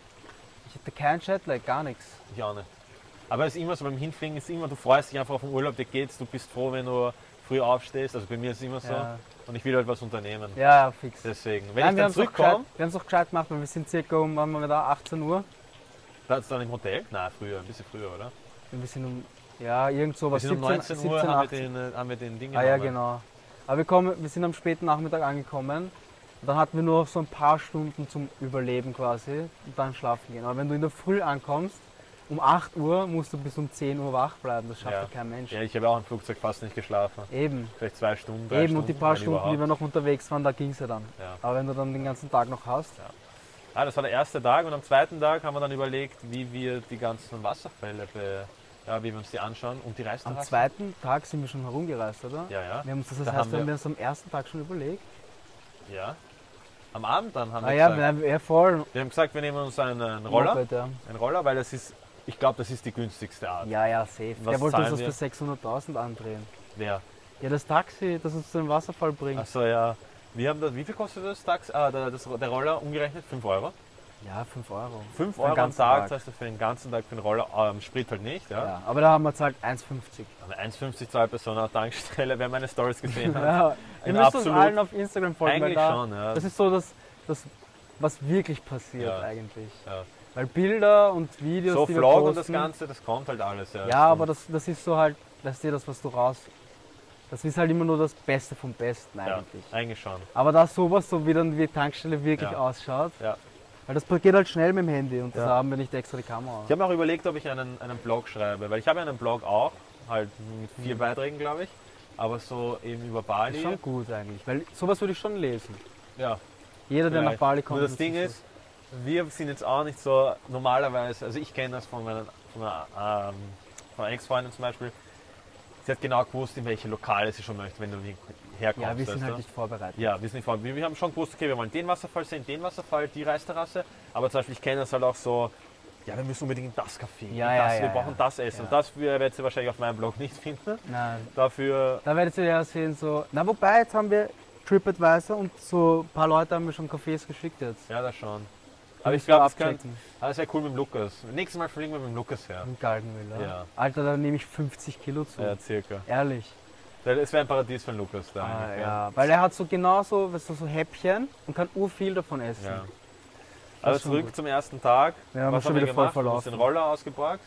[SPEAKER 2] ich hatte keinen Jetlag, gar nichts.
[SPEAKER 1] Ich auch nicht. Aber es ist immer so beim Hinfliegen, ist immer, du freust dich einfach auf den Urlaub, dir geht's, du bist froh, wenn du früh aufstehst. Also bei mir ist es immer so.
[SPEAKER 2] Ja,
[SPEAKER 1] Und ich will halt was unternehmen.
[SPEAKER 2] ja, ja fix.
[SPEAKER 1] Deswegen, wenn ich
[SPEAKER 2] wir
[SPEAKER 1] dann
[SPEAKER 2] haben's auch
[SPEAKER 1] zurückkomme,
[SPEAKER 2] gescheit- wir haben es auch gescheit gemacht, weil wir sind circa um, wann waren wir da, 18 Uhr.
[SPEAKER 1] bleibst du dann im Hotel? Nein, früher, ein bisschen früher, oder?
[SPEAKER 2] Wir sind um, ja, irgend
[SPEAKER 1] Wir
[SPEAKER 2] sowas.
[SPEAKER 1] sind um 19 Uhr,
[SPEAKER 2] 17,
[SPEAKER 1] haben,
[SPEAKER 2] 18
[SPEAKER 1] wir den, äh, haben wir den Ding
[SPEAKER 2] Ah ja,
[SPEAKER 1] genommen.
[SPEAKER 2] genau. Aber wir, kommen, wir sind am späten Nachmittag angekommen. Und Dann hatten wir nur noch so ein paar Stunden zum Überleben quasi und dann schlafen gehen. Aber wenn du in der Früh ankommst, um 8 Uhr musst du bis um 10 Uhr wach bleiben. Das schafft
[SPEAKER 1] Ja.
[SPEAKER 2] ja, kein Mensch.
[SPEAKER 1] Ja, ich habe auch im Flugzeug fast nicht geschlafen.
[SPEAKER 2] Eben,
[SPEAKER 1] Vielleicht zwei Stunden, drei
[SPEAKER 2] eben.
[SPEAKER 1] Stunden.
[SPEAKER 2] und die paar
[SPEAKER 1] wenn
[SPEAKER 2] Stunden, die wir
[SPEAKER 1] überhaupt.
[SPEAKER 2] noch unterwegs waren, da ging es ja dann.
[SPEAKER 1] Ja.
[SPEAKER 2] Aber wenn du dann den ganzen Tag noch hast,
[SPEAKER 1] Ah, das war der erste Tag und am zweiten Tag haben wir dann überlegt, wie wir die ganzen Wasserfälle, be, ja, wie wir uns die anschauen und die Reisterrassen.
[SPEAKER 2] am zweiten Tag sind wir schon herumgereist, oder?
[SPEAKER 1] Ja, ja.
[SPEAKER 2] Wir haben uns das, das
[SPEAKER 1] Da
[SPEAKER 2] heißt,
[SPEAKER 1] haben
[SPEAKER 2] wir
[SPEAKER 1] wir-
[SPEAKER 2] haben uns am ersten Tag schon überlegt.
[SPEAKER 1] ja. Am Abend dann haben
[SPEAKER 2] Ah
[SPEAKER 1] wir
[SPEAKER 2] ja,
[SPEAKER 1] gesagt,
[SPEAKER 2] wir haben ja voll.
[SPEAKER 1] wir haben gesagt, wir nehmen uns einen Roller,
[SPEAKER 2] Moped, Ja,
[SPEAKER 1] einen Roller, weil das ist, ich glaube, das ist die günstigste Art.
[SPEAKER 2] ja, ja safe.
[SPEAKER 1] Was
[SPEAKER 2] der wollte uns
[SPEAKER 1] zahlen
[SPEAKER 2] das
[SPEAKER 1] wir?
[SPEAKER 2] für 600.000 andrehen.
[SPEAKER 1] Wer?
[SPEAKER 2] Ja, das Taxi, das uns zu dem Wasserfall bringt.
[SPEAKER 1] Also ja, wir haben das, wie viel kostet das Tax, ah, der, das, der Roller umgerechnet? 5 Euro.
[SPEAKER 2] Ja, 5 Euro.
[SPEAKER 1] 5
[SPEAKER 2] den
[SPEAKER 1] Euro am
[SPEAKER 2] ganzen
[SPEAKER 1] Tag,
[SPEAKER 2] Tag.
[SPEAKER 1] das heißt für den ganzen Tag für den Roller, ähm, Sprit halt nicht, ja.
[SPEAKER 2] Ja, aber da haben wir gesagt 1,50.
[SPEAKER 1] Aber 1,50 zahlt bei so einer Tankstelle, (laughs) wer meine Stories gesehen hat.
[SPEAKER 2] Ja,
[SPEAKER 1] In
[SPEAKER 2] ihr müsst
[SPEAKER 1] absolut.
[SPEAKER 2] uns allen auf Instagram folgen, weil
[SPEAKER 1] Eigentlich
[SPEAKER 2] da,
[SPEAKER 1] schon, ja.
[SPEAKER 2] das ist so das, das was wirklich passiert
[SPEAKER 1] Ja.
[SPEAKER 2] eigentlich.
[SPEAKER 1] Ja.
[SPEAKER 2] Weil Bilder und Videos,
[SPEAKER 1] so
[SPEAKER 2] die wir
[SPEAKER 1] Vlog
[SPEAKER 2] posten,
[SPEAKER 1] und das Ganze, das kommt halt alles. Ja,
[SPEAKER 2] Ja, aber das, das ist so halt, weißt du, das, was du raus... Das ist halt immer nur das Beste vom Besten
[SPEAKER 1] ja,
[SPEAKER 2] eigentlich.
[SPEAKER 1] eigentlich schon.
[SPEAKER 2] Aber da sowas, so wie dann die Tankstelle wirklich
[SPEAKER 1] Ja.
[SPEAKER 2] ausschaut,
[SPEAKER 1] Ja.
[SPEAKER 2] weil das geht halt schnell mit dem Handy und
[SPEAKER 1] Ja.
[SPEAKER 2] da haben wir nicht extra die Kamera.
[SPEAKER 1] Ich habe mir auch überlegt, ob ich einen, einen Blog schreibe, weil ich habe ja einen Blog auch, halt mit vier Beiträgen, glaube ich, aber so eben über
[SPEAKER 2] Das
[SPEAKER 1] Bali.
[SPEAKER 2] Mhm. ist schon gut eigentlich, weil sowas würde ich schon lesen.
[SPEAKER 1] Ja,
[SPEAKER 2] Jeder, der nach
[SPEAKER 1] vielleicht.
[SPEAKER 2] Bali kommt.
[SPEAKER 1] Nur das
[SPEAKER 2] muss
[SPEAKER 1] Ding
[SPEAKER 2] sich
[SPEAKER 1] ist, wir sind jetzt auch nicht so normalerweise, also ich kenne das von meiner, von meiner, ähm, von meiner Ex-Freundin zum Beispiel, sie hat genau gewusst, in welche Lokale sie schon möchte, wenn du herkommst.
[SPEAKER 2] Ja, wir
[SPEAKER 1] weißt
[SPEAKER 2] sind
[SPEAKER 1] du?
[SPEAKER 2] halt nicht vorbereitet.
[SPEAKER 1] Ja, wir sind vor allem, wir haben schon gewusst, okay, wir wollen den Wasserfall sehen, den Wasserfall, die Reisterrasse, aber zum Beispiel, ich kenne das halt auch so, ja, wir müssen unbedingt in das Café, in
[SPEAKER 2] Ja, ja,
[SPEAKER 1] das, wir
[SPEAKER 2] ja,
[SPEAKER 1] brauchen
[SPEAKER 2] ja.
[SPEAKER 1] das Essen.
[SPEAKER 2] Ja.
[SPEAKER 1] Und das werdet ihr wahrscheinlich auf meinem Blog nicht (laughs) finden.
[SPEAKER 2] Na,
[SPEAKER 1] Dafür,
[SPEAKER 2] da werdet ihr ja sehen, so. Na, wobei, jetzt haben wir TripAdvisor und so ein paar Leute haben mir schon Cafés geschickt jetzt.
[SPEAKER 1] ja, das schon. Aber ich
[SPEAKER 2] Müssen wir
[SPEAKER 1] glaube, das, könnte-
[SPEAKER 2] abchecken. Mhm.
[SPEAKER 1] ah, das wäre cool mit dem Lukas. Nächstes Mal fliegen wir mit dem Lukas her.
[SPEAKER 2] In Galgenwiller.
[SPEAKER 1] Ja.
[SPEAKER 2] Alter, da nehme ich 50 Kilo zu.
[SPEAKER 1] Ja, circa.
[SPEAKER 2] Ehrlich.
[SPEAKER 1] Das wäre ein Paradies für den Lukas da.
[SPEAKER 2] Ah,
[SPEAKER 1] eigentlich,
[SPEAKER 2] ja. Weil er hat so genauso, weißt du, so Häppchen und kann ur viel davon essen.
[SPEAKER 1] Ja. Also
[SPEAKER 2] ist schon
[SPEAKER 1] zurück
[SPEAKER 2] gut.
[SPEAKER 1] zum ersten Tag.
[SPEAKER 2] Wir haben
[SPEAKER 1] Was
[SPEAKER 2] schon
[SPEAKER 1] haben wir
[SPEAKER 2] wieder voll
[SPEAKER 1] gemacht? Wir haben uns
[SPEAKER 2] verlaufen.
[SPEAKER 1] den Roller ausgepackt.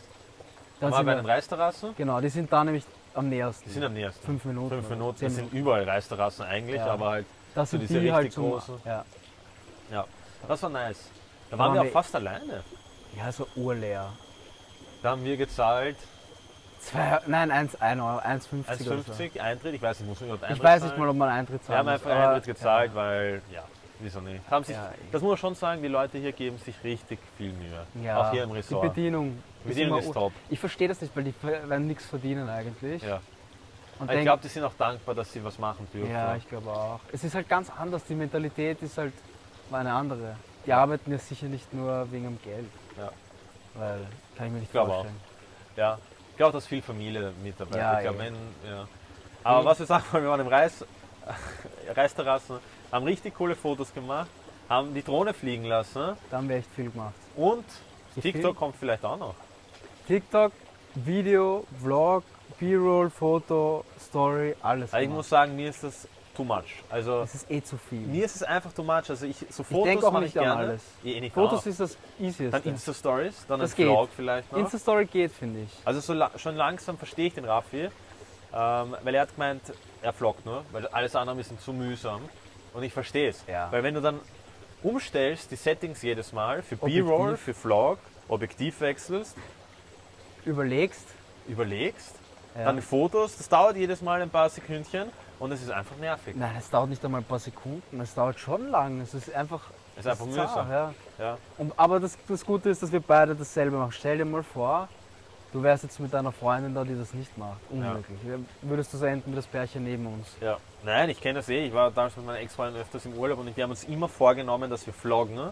[SPEAKER 2] Dann
[SPEAKER 1] Dann waren
[SPEAKER 2] sind
[SPEAKER 1] wir bei den
[SPEAKER 2] wir,
[SPEAKER 1] Reisterrassen.
[SPEAKER 2] genau, die sind da nämlich am nähersten.
[SPEAKER 1] Die sind am nächsten.
[SPEAKER 2] Fünf Minuten.
[SPEAKER 1] Fünf
[SPEAKER 2] oder
[SPEAKER 1] Minuten.
[SPEAKER 2] Zehn
[SPEAKER 1] Das sind überall Reisterrassen eigentlich,
[SPEAKER 2] Genau. Ja.
[SPEAKER 1] aber halt
[SPEAKER 2] Das
[SPEAKER 1] so
[SPEAKER 2] sind
[SPEAKER 1] diese
[SPEAKER 2] die halt
[SPEAKER 1] richtig
[SPEAKER 2] zum,
[SPEAKER 1] großen.
[SPEAKER 2] Ja.
[SPEAKER 1] Ja, das war nice. Da waren wir auch fast alleine.
[SPEAKER 2] ja, so urleer.
[SPEAKER 1] Da haben wir gezahlt
[SPEAKER 2] Zwei, nein, 1, 1 Euro, 1,50 oder so.
[SPEAKER 1] 1,50 Eintritt. Ich weiß nicht, muss man überhaupt Eintritt
[SPEAKER 2] Ich weiß nicht
[SPEAKER 1] zahlen?
[SPEAKER 2] mal, ob man Eintritt zahlen
[SPEAKER 1] Wir haben
[SPEAKER 2] muss,
[SPEAKER 1] einfach
[SPEAKER 2] aber-
[SPEAKER 1] Eintritt gezahlt, weil, ja, wieso nicht. Haben sich,
[SPEAKER 2] Ja, eh.
[SPEAKER 1] das muss man schon sagen, die Leute hier geben sich richtig viel Mühe.
[SPEAKER 2] Ja,
[SPEAKER 1] Auch hier im
[SPEAKER 2] Die
[SPEAKER 1] Resort.
[SPEAKER 2] Bedienung.
[SPEAKER 1] Die Bedienung
[SPEAKER 2] immer
[SPEAKER 1] ist
[SPEAKER 2] ur-
[SPEAKER 1] top.
[SPEAKER 2] Ich verstehe das nicht, weil die ver- werden nichts verdienen eigentlich.
[SPEAKER 1] Ja.
[SPEAKER 2] Und
[SPEAKER 1] Aber Ich
[SPEAKER 2] denk-
[SPEAKER 1] glaube, die sind auch dankbar, dass sie was machen dürfen.
[SPEAKER 2] ja, ich glaube auch. Es ist halt ganz anders, die Mentalität ist halt war eine andere. Die arbeiten ja sicher nicht nur wegen dem Geld.
[SPEAKER 1] Ja.
[SPEAKER 2] Weil, kann ich mir nicht
[SPEAKER 1] glaub auch.
[SPEAKER 2] vorstellen.
[SPEAKER 1] Ja. Ich glaube, dass viel Familie mit dabei.
[SPEAKER 2] Ja,
[SPEAKER 1] ich glaub, (laughs)
[SPEAKER 2] eh.
[SPEAKER 1] wenn, ja. Aber was wir sagen wollen, wir waren im Reis, Reisterrassen, haben richtig coole Fotos gemacht, haben die Drohne fliegen lassen
[SPEAKER 2] Da haben wir echt viel gemacht.
[SPEAKER 1] und
[SPEAKER 2] Ich
[SPEAKER 1] TikTok
[SPEAKER 2] find-
[SPEAKER 1] kommt vielleicht auch noch.
[SPEAKER 2] TikTok, Video, Vlog, B-Roll, Foto, Story, alles.
[SPEAKER 1] Aber Also ich
[SPEAKER 2] gemacht.
[SPEAKER 1] muss sagen, mir ist das too much. Also
[SPEAKER 2] es ist eh zu viel.
[SPEAKER 1] mir ist es einfach too much. Also ich so
[SPEAKER 2] ich
[SPEAKER 1] Fotos
[SPEAKER 2] denke auch
[SPEAKER 1] mache
[SPEAKER 2] nicht
[SPEAKER 1] ich gerne.
[SPEAKER 2] an alles.
[SPEAKER 1] Eh nicht
[SPEAKER 2] Fotos
[SPEAKER 1] auch.
[SPEAKER 2] ist das
[SPEAKER 1] dann
[SPEAKER 2] Easieste.
[SPEAKER 1] Insta Stories, dann
[SPEAKER 2] Das
[SPEAKER 1] ein
[SPEAKER 2] geht.
[SPEAKER 1] Vlog vielleicht noch.
[SPEAKER 2] Insta-Story geht, finde ich.
[SPEAKER 1] also so la schon langsam verstehe ich den Raffi, ähm, weil er hat gemeint, er vloggt nur, weil alles andere ist ihm zu mühsam. Und ich verstehe es.
[SPEAKER 2] Ja.
[SPEAKER 1] Weil wenn du dann umstellst die Settings jedes Mal für
[SPEAKER 2] Objektiv.
[SPEAKER 1] B-Roll, für Vlog, Objektiv wechselst,
[SPEAKER 2] Überlegst,
[SPEAKER 1] überlegst,
[SPEAKER 2] Ja.
[SPEAKER 1] dann Fotos, das dauert jedes Mal ein paar Sekündchen und es ist einfach nervig.
[SPEAKER 2] nein, es dauert nicht einmal ein paar Sekunden, es dauert schon lang. Es ist einfach.
[SPEAKER 1] Es ist einfach
[SPEAKER 2] zart,
[SPEAKER 1] mühsam.
[SPEAKER 2] Ja.
[SPEAKER 1] Ja.
[SPEAKER 2] Und, aber das, das Gute ist, dass wir beide dasselbe machen. Stell dir mal vor, du wärst jetzt mit deiner Freundin da, die das nicht macht. Unmöglich. Würdest du so enden wie das Pärchen neben uns.
[SPEAKER 1] Ja. Nein, ich kenne das eh. Ich war damals mit meiner Ex-Freundin öfters im Urlaub und wir haben uns immer vorgenommen, dass wir vloggen.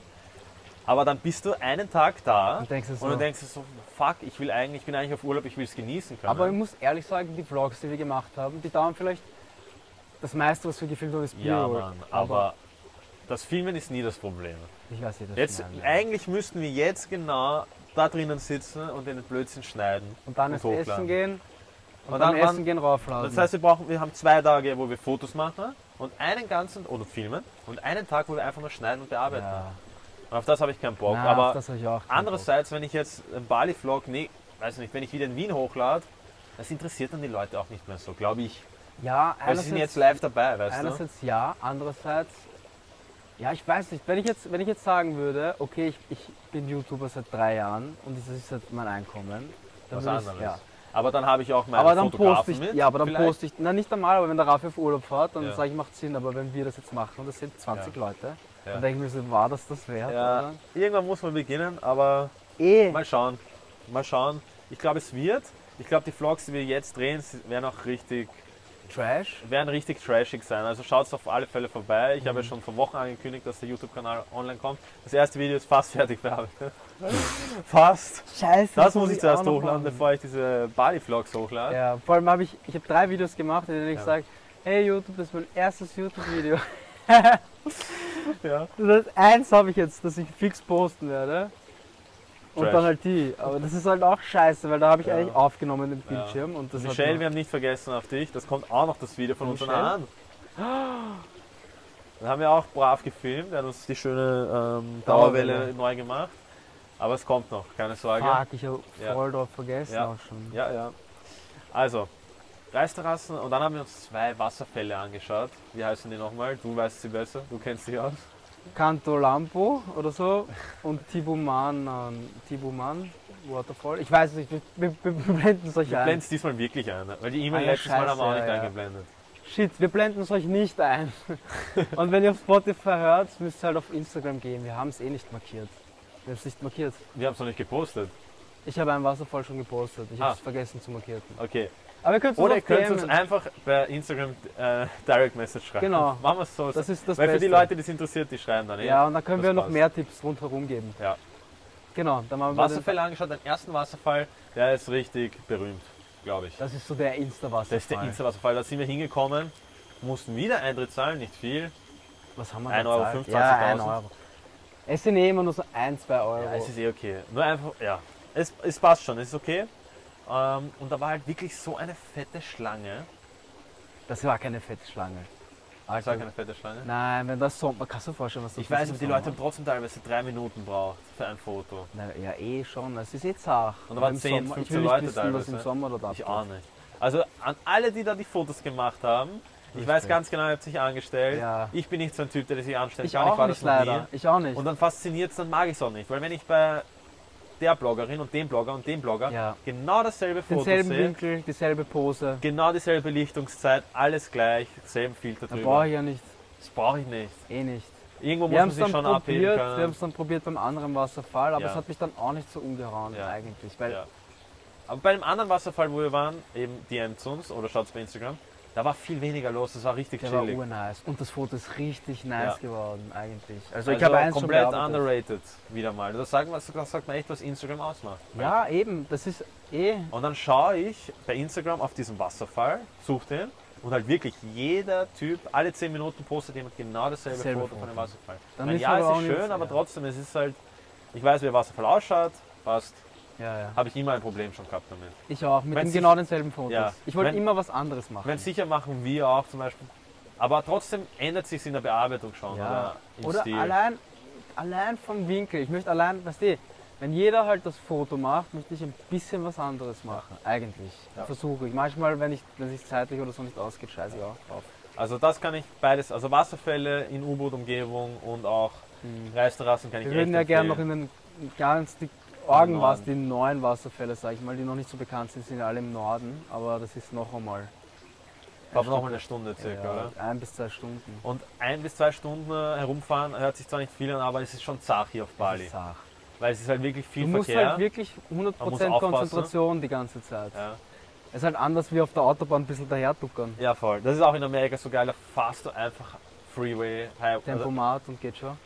[SPEAKER 1] Aber dann bist du einen Tag da
[SPEAKER 2] Und denkst dir so-
[SPEAKER 1] und du denkst dir so, fuck, ich will eigentlich, ich bin eigentlich auf Urlaub, ich will es genießen können.
[SPEAKER 2] Aber ich muss ehrlich sagen, die Vlogs, die wir gemacht haben, die dauern vielleicht das meiste, was wir gefilmt haben, ist
[SPEAKER 1] ja,
[SPEAKER 2] Bio.
[SPEAKER 1] Mann, aber, das Filmen ist nie das Problem.
[SPEAKER 2] ich weiß nicht, das
[SPEAKER 1] Jetzt,
[SPEAKER 2] schneiden wir.
[SPEAKER 1] eigentlich müssten wir jetzt genau da drinnen sitzen und den Blödsinn schneiden.
[SPEAKER 2] Und dann
[SPEAKER 1] und
[SPEAKER 2] ist
[SPEAKER 1] hochladen.
[SPEAKER 2] Essen gehen und,
[SPEAKER 1] Und dann-
[SPEAKER 2] dann, Essen gehen raufladen.
[SPEAKER 1] Das heißt, wir brauchen, wir haben zwei Tage, wo wir Fotos machen und einen ganzen, oder filmen, und einen Tag, wo wir einfach nur schneiden und bearbeiten.
[SPEAKER 2] ja.
[SPEAKER 1] Und auf das habe ich keinen Bock.
[SPEAKER 2] Na,
[SPEAKER 1] aber
[SPEAKER 2] auf das hab ich auch keinen Bock.
[SPEAKER 1] Andererseits, wenn ich jetzt einen Bali-Vlog, nee, weiß nicht, wenn ich wieder in Wien hochlade, das interessiert dann die Leute auch nicht mehr so, glaube ich.
[SPEAKER 2] Ja,
[SPEAKER 1] Weil sie sind jetzt ne?
[SPEAKER 2] einerseits,
[SPEAKER 1] live dabei, weißt du?
[SPEAKER 2] einerseits ja, andererseits. Ja, ich weiß nicht. Wenn ich jetzt, wenn ich jetzt sagen würde, okay, ich, ich bin YouTuber seit drei Jahren und das ist jetzt mein Einkommen, dann
[SPEAKER 1] Was
[SPEAKER 2] würde
[SPEAKER 1] anderes.
[SPEAKER 2] Ich, ja.
[SPEAKER 1] Aber dann habe ich auch meine
[SPEAKER 2] Aber dann
[SPEAKER 1] Fotografen
[SPEAKER 2] poste ich,
[SPEAKER 1] mit.
[SPEAKER 2] ja, aber dann
[SPEAKER 1] vielleicht.
[SPEAKER 2] poste ich, na nicht einmal, aber wenn der Raffi auf Urlaub fährt, dann
[SPEAKER 1] Ja.
[SPEAKER 2] sage ich, macht Sinn, aber wenn wir das jetzt machen und das sind 20
[SPEAKER 1] Ja.
[SPEAKER 2] Leute,
[SPEAKER 1] Ja.
[SPEAKER 2] dann denke ich mir so, war das das wert?
[SPEAKER 1] Ja,
[SPEAKER 2] oder?
[SPEAKER 1] irgendwann muss man beginnen, aber
[SPEAKER 2] Eh,
[SPEAKER 1] mal schauen. Mal schauen. Ich glaube, es wird. Ich glaube, die Vlogs, die wir jetzt drehen, sie- werden auch richtig,
[SPEAKER 2] Trash.
[SPEAKER 1] werden richtig trashig sein. Also schaut auf alle Fälle vorbei. Ich
[SPEAKER 2] Mhm.
[SPEAKER 1] habe ja schon vor Wochen angekündigt, dass der YouTube-Kanal online kommt. Das erste Video ist fast (laughs) fertig bearbeitet. fast.
[SPEAKER 2] Scheiße.
[SPEAKER 1] Das muss ich
[SPEAKER 2] auch
[SPEAKER 1] zuerst
[SPEAKER 2] noch
[SPEAKER 1] hochladen,
[SPEAKER 2] machen.
[SPEAKER 1] bevor ich diese Bali-Vlogs hochlade.
[SPEAKER 2] Ja, vor allem habe ich, ich habe drei Videos gemacht, in denen ich
[SPEAKER 1] Ja.
[SPEAKER 2] sage, hey YouTube, das ist mein erstes (laughs) YouTube-Video.
[SPEAKER 1] Ja.
[SPEAKER 2] Das heißt, eins habe ich jetzt, das ich fix posten werde. Und
[SPEAKER 1] Trash.
[SPEAKER 2] dann halt die. Aber das ist halt auch scheiße, weil da habe ich
[SPEAKER 1] Ja.
[SPEAKER 2] eigentlich aufgenommen den
[SPEAKER 1] Ja.
[SPEAKER 2] Bildschirm. Und das hat
[SPEAKER 1] Michelle,
[SPEAKER 2] noch-
[SPEAKER 1] wir haben nicht vergessen auf dich. Das kommt auch noch das Video von uns
[SPEAKER 2] Michelle?
[SPEAKER 1] an. Dann haben wir auch brav gefilmt, wir haben uns die schöne ähm,
[SPEAKER 2] Dauerwelle.
[SPEAKER 1] Dauerwelle neu gemacht. Aber es kommt noch, keine Sorge.
[SPEAKER 2] Fuck, ich habe
[SPEAKER 1] Ja.
[SPEAKER 2] voll drauf vergessen
[SPEAKER 1] Ja.
[SPEAKER 2] auch schon.
[SPEAKER 1] Ja, ja. Also, Reisterrassen und dann haben wir uns zwei Wasserfälle angeschaut. Wie heißen die nochmal? Du weißt sie besser, du kennst sie aus.
[SPEAKER 2] Canto Lampo oder so und Tibuman, ähm, Tibuman Waterfall. Ich weiß nicht, wir, wir, wir blenden es euch
[SPEAKER 1] Wir
[SPEAKER 2] ein.
[SPEAKER 1] blenden es diesmal wirklich ein, ne? weil die E-Mail
[SPEAKER 2] Ah ja,
[SPEAKER 1] letztes Mal haben wir auch
[SPEAKER 2] scheiße,
[SPEAKER 1] nicht
[SPEAKER 2] ja, ja.
[SPEAKER 1] eingeblendet.
[SPEAKER 2] Shit, wir blenden es euch
[SPEAKER 1] (laughs)
[SPEAKER 2] nicht ein. und wenn ihr auf Spotify hört, müsst ihr halt auf Instagram gehen. Wir haben es eh nicht markiert. Wir haben es nicht markiert.
[SPEAKER 1] Wir haben es noch nicht gepostet.
[SPEAKER 2] Ich habe einen Wasserfall schon gepostet. Ich
[SPEAKER 1] Ah.
[SPEAKER 2] habe es vergessen zu markieren.
[SPEAKER 1] Okay.
[SPEAKER 2] Aber ihr könnt es
[SPEAKER 1] Oder ihr
[SPEAKER 2] uns
[SPEAKER 1] könnt uns
[SPEAKER 2] DMen.
[SPEAKER 1] einfach per Instagram äh, Direct Message schreiben.
[SPEAKER 2] Genau.
[SPEAKER 1] Machen wir es so.
[SPEAKER 2] Das ist das
[SPEAKER 1] Weil
[SPEAKER 2] Beste.
[SPEAKER 1] für die Leute, die es interessiert, die schreiben dann eh.
[SPEAKER 2] ja, und dann können
[SPEAKER 1] das
[SPEAKER 2] wir noch
[SPEAKER 1] passt.
[SPEAKER 2] mehr Tipps rundherum geben.
[SPEAKER 1] Ja.
[SPEAKER 2] Genau, dann machen wir
[SPEAKER 1] Wasserfälle angeschaut, den ersten Wasserfall, der ist richtig berühmt, glaube ich.
[SPEAKER 2] Den, das ist so der Insta-Wasserfall.
[SPEAKER 1] Das ist der Insta-Wasserfall. Da sind wir hingekommen, mussten wieder Eintritt zahlen, nicht viel.
[SPEAKER 2] Was haben wir
[SPEAKER 1] 1 Euro,
[SPEAKER 2] bezahlt?
[SPEAKER 1] 25.000.
[SPEAKER 2] Ja, 1 Euro. Es sind eh immer nur so 1, 2 Euro.
[SPEAKER 1] Ja, es ist eh okay. Nur einfach, ja. Es, es passt schon, es ist okay. Ähm, und da war halt wirklich so eine fette Schlange.
[SPEAKER 2] das war keine Fettschlange.
[SPEAKER 1] Ah, Ich sage keine fette Schlange.
[SPEAKER 2] Nein, wenn das Sommer, kannst du dir vorstellen, was das
[SPEAKER 1] ich weiß, aber
[SPEAKER 2] nicht
[SPEAKER 1] die Leute haben trotzdem teilweise drei Minuten braucht für ein Foto.
[SPEAKER 2] Na, ja, eh schon, es ist eh zart.
[SPEAKER 1] Und da
[SPEAKER 2] Aber
[SPEAKER 1] waren
[SPEAKER 2] im
[SPEAKER 1] 10,
[SPEAKER 2] Sommer-
[SPEAKER 1] 15 Leute
[SPEAKER 2] Ich will nicht wissen, was im
[SPEAKER 1] teilweise.
[SPEAKER 2] Sommer dort
[SPEAKER 1] Ich
[SPEAKER 2] abgeht.
[SPEAKER 1] auch nicht. Also an alle, die da die Fotos gemacht haben, ich
[SPEAKER 2] Richtig.
[SPEAKER 1] weiß ganz genau, ihr habt sich angestellt.
[SPEAKER 2] Ja.
[SPEAKER 1] Ich bin nicht so ein Typ, der sich anstellen
[SPEAKER 2] Ich
[SPEAKER 1] kann.
[SPEAKER 2] auch
[SPEAKER 1] war
[SPEAKER 2] nicht,
[SPEAKER 1] das noch nie.
[SPEAKER 2] leider. Ich auch nicht.
[SPEAKER 1] Und dann fasziniert es, dann mag ich es auch nicht. Weil wenn ich bei der Bloggerin und dem Blogger und dem Blogger
[SPEAKER 2] Ja.
[SPEAKER 1] genau dasselbe Foto
[SPEAKER 2] Denselben
[SPEAKER 1] sehe,
[SPEAKER 2] Winkel, dieselbe Pose.
[SPEAKER 1] genau dieselbe Belichtungszeit, alles gleich, selben Filter
[SPEAKER 2] Dann
[SPEAKER 1] drüber.
[SPEAKER 2] brauche ich ja nicht,
[SPEAKER 1] Das brauche ich nicht.
[SPEAKER 2] eh nicht.
[SPEAKER 1] Irgendwo
[SPEAKER 2] Wir haben
[SPEAKER 1] muss
[SPEAKER 2] es
[SPEAKER 1] man
[SPEAKER 2] dann
[SPEAKER 1] sich schon abheben
[SPEAKER 2] probiert, wir haben
[SPEAKER 1] können.
[SPEAKER 2] es dann probiert beim anderen Wasserfall, aber
[SPEAKER 1] Ja.
[SPEAKER 2] es hat mich dann auch nicht so umgehauen
[SPEAKER 1] Ja.
[SPEAKER 2] eigentlich. Weil
[SPEAKER 1] Ja. Aber bei dem anderen Wasserfall, wo wir waren, eben DM zu uns oder schaut's bei Instagram, da war viel weniger los, das war richtig
[SPEAKER 2] der war
[SPEAKER 1] chillig.
[SPEAKER 2] urnice. Und das Foto ist richtig nice
[SPEAKER 1] Ja.
[SPEAKER 2] geworden eigentlich. Also,
[SPEAKER 1] Also
[SPEAKER 2] ich habe eins schon
[SPEAKER 1] komplett
[SPEAKER 2] bearbeitet.
[SPEAKER 1] underrated wieder mal. Das sagt, man, das sagt man echt, was Instagram ausmacht.
[SPEAKER 2] Ja, eben, das ist eh.
[SPEAKER 1] Und dann schaue ich bei Instagram auf diesen Wasserfall, suche den Und halt wirklich jeder Typ, alle 10 Minuten postet jemand genau dasselbe
[SPEAKER 2] Dasselbe
[SPEAKER 1] Foto von dem
[SPEAKER 2] Foto.
[SPEAKER 1] Wasserfall.
[SPEAKER 2] Dann
[SPEAKER 1] Dann
[SPEAKER 2] ist
[SPEAKER 1] ja,
[SPEAKER 2] aber
[SPEAKER 1] es
[SPEAKER 2] auch
[SPEAKER 1] ist
[SPEAKER 2] nichts-
[SPEAKER 1] schön, aber
[SPEAKER 2] ja.
[SPEAKER 1] trotzdem, es ist halt, ich weiß, wie ein Wasserfall ausschaut, passt,
[SPEAKER 2] Ja, ja.
[SPEAKER 1] habe ich immer ein Problem schon gehabt damit.
[SPEAKER 2] Ich auch, mit
[SPEAKER 1] Wenn
[SPEAKER 2] den
[SPEAKER 1] sich-
[SPEAKER 2] genau denselben Fotos.
[SPEAKER 1] Ja.
[SPEAKER 2] Ich wollte
[SPEAKER 1] Wenn-
[SPEAKER 2] immer was anderes machen.
[SPEAKER 1] Wenn sicher machen wir auch zum Beispiel. Aber trotzdem ändert sich in der Bearbeitung schon.
[SPEAKER 2] Ja.
[SPEAKER 1] Oder, im
[SPEAKER 2] Oder
[SPEAKER 1] Stil.
[SPEAKER 2] allein, allein vom Winkel. Ich möchte allein, weißt du, wenn jeder halt das Foto macht, möchte ich ein bisschen was anderes machen. Eigentlich.
[SPEAKER 1] Ja.
[SPEAKER 2] Versuche ich. Manchmal, wenn ich, wenn es zeitlich oder so nicht ausgeht, scheiße ja. auf.
[SPEAKER 1] Also das kann ich beides, also Wasserfälle in U-Boot-Umgebung und auch Reisterrassen kann ich
[SPEAKER 2] Mhm. Wir
[SPEAKER 1] echt
[SPEAKER 2] würden ja gerne noch
[SPEAKER 1] empfehlen.
[SPEAKER 2] in den ganz die Orgen
[SPEAKER 1] Norden.
[SPEAKER 2] was, die neuen Wasserfälle, sag ich mal, die noch nicht so bekannt sind, sind ja alle im Norden, aber das ist noch einmal.
[SPEAKER 1] Braucht noch mal eine Stunde circa,
[SPEAKER 2] Ja,
[SPEAKER 1] oder?
[SPEAKER 2] Ein bis zwei Stunden.
[SPEAKER 1] Und ein bis zwei Stunden äh, herumfahren hört sich zwar nicht viel an, aber es ist schon zart hier auf
[SPEAKER 2] Das
[SPEAKER 1] Bali.
[SPEAKER 2] ist Sach.
[SPEAKER 1] Weil es ist halt wirklich viel
[SPEAKER 2] Du musst
[SPEAKER 1] Verkehr.
[SPEAKER 2] halt wirklich 100%
[SPEAKER 1] aufpassen.
[SPEAKER 2] Konzentration die ganze Zeit.
[SPEAKER 1] ja.
[SPEAKER 2] Es ist halt anders wie auf der Autobahn ein bisschen daher duckern.
[SPEAKER 1] ja, voll. Das ist auch in Amerika so geil, da fahrst du einfach Freeway, High, also
[SPEAKER 2] Tempomat und geht schon.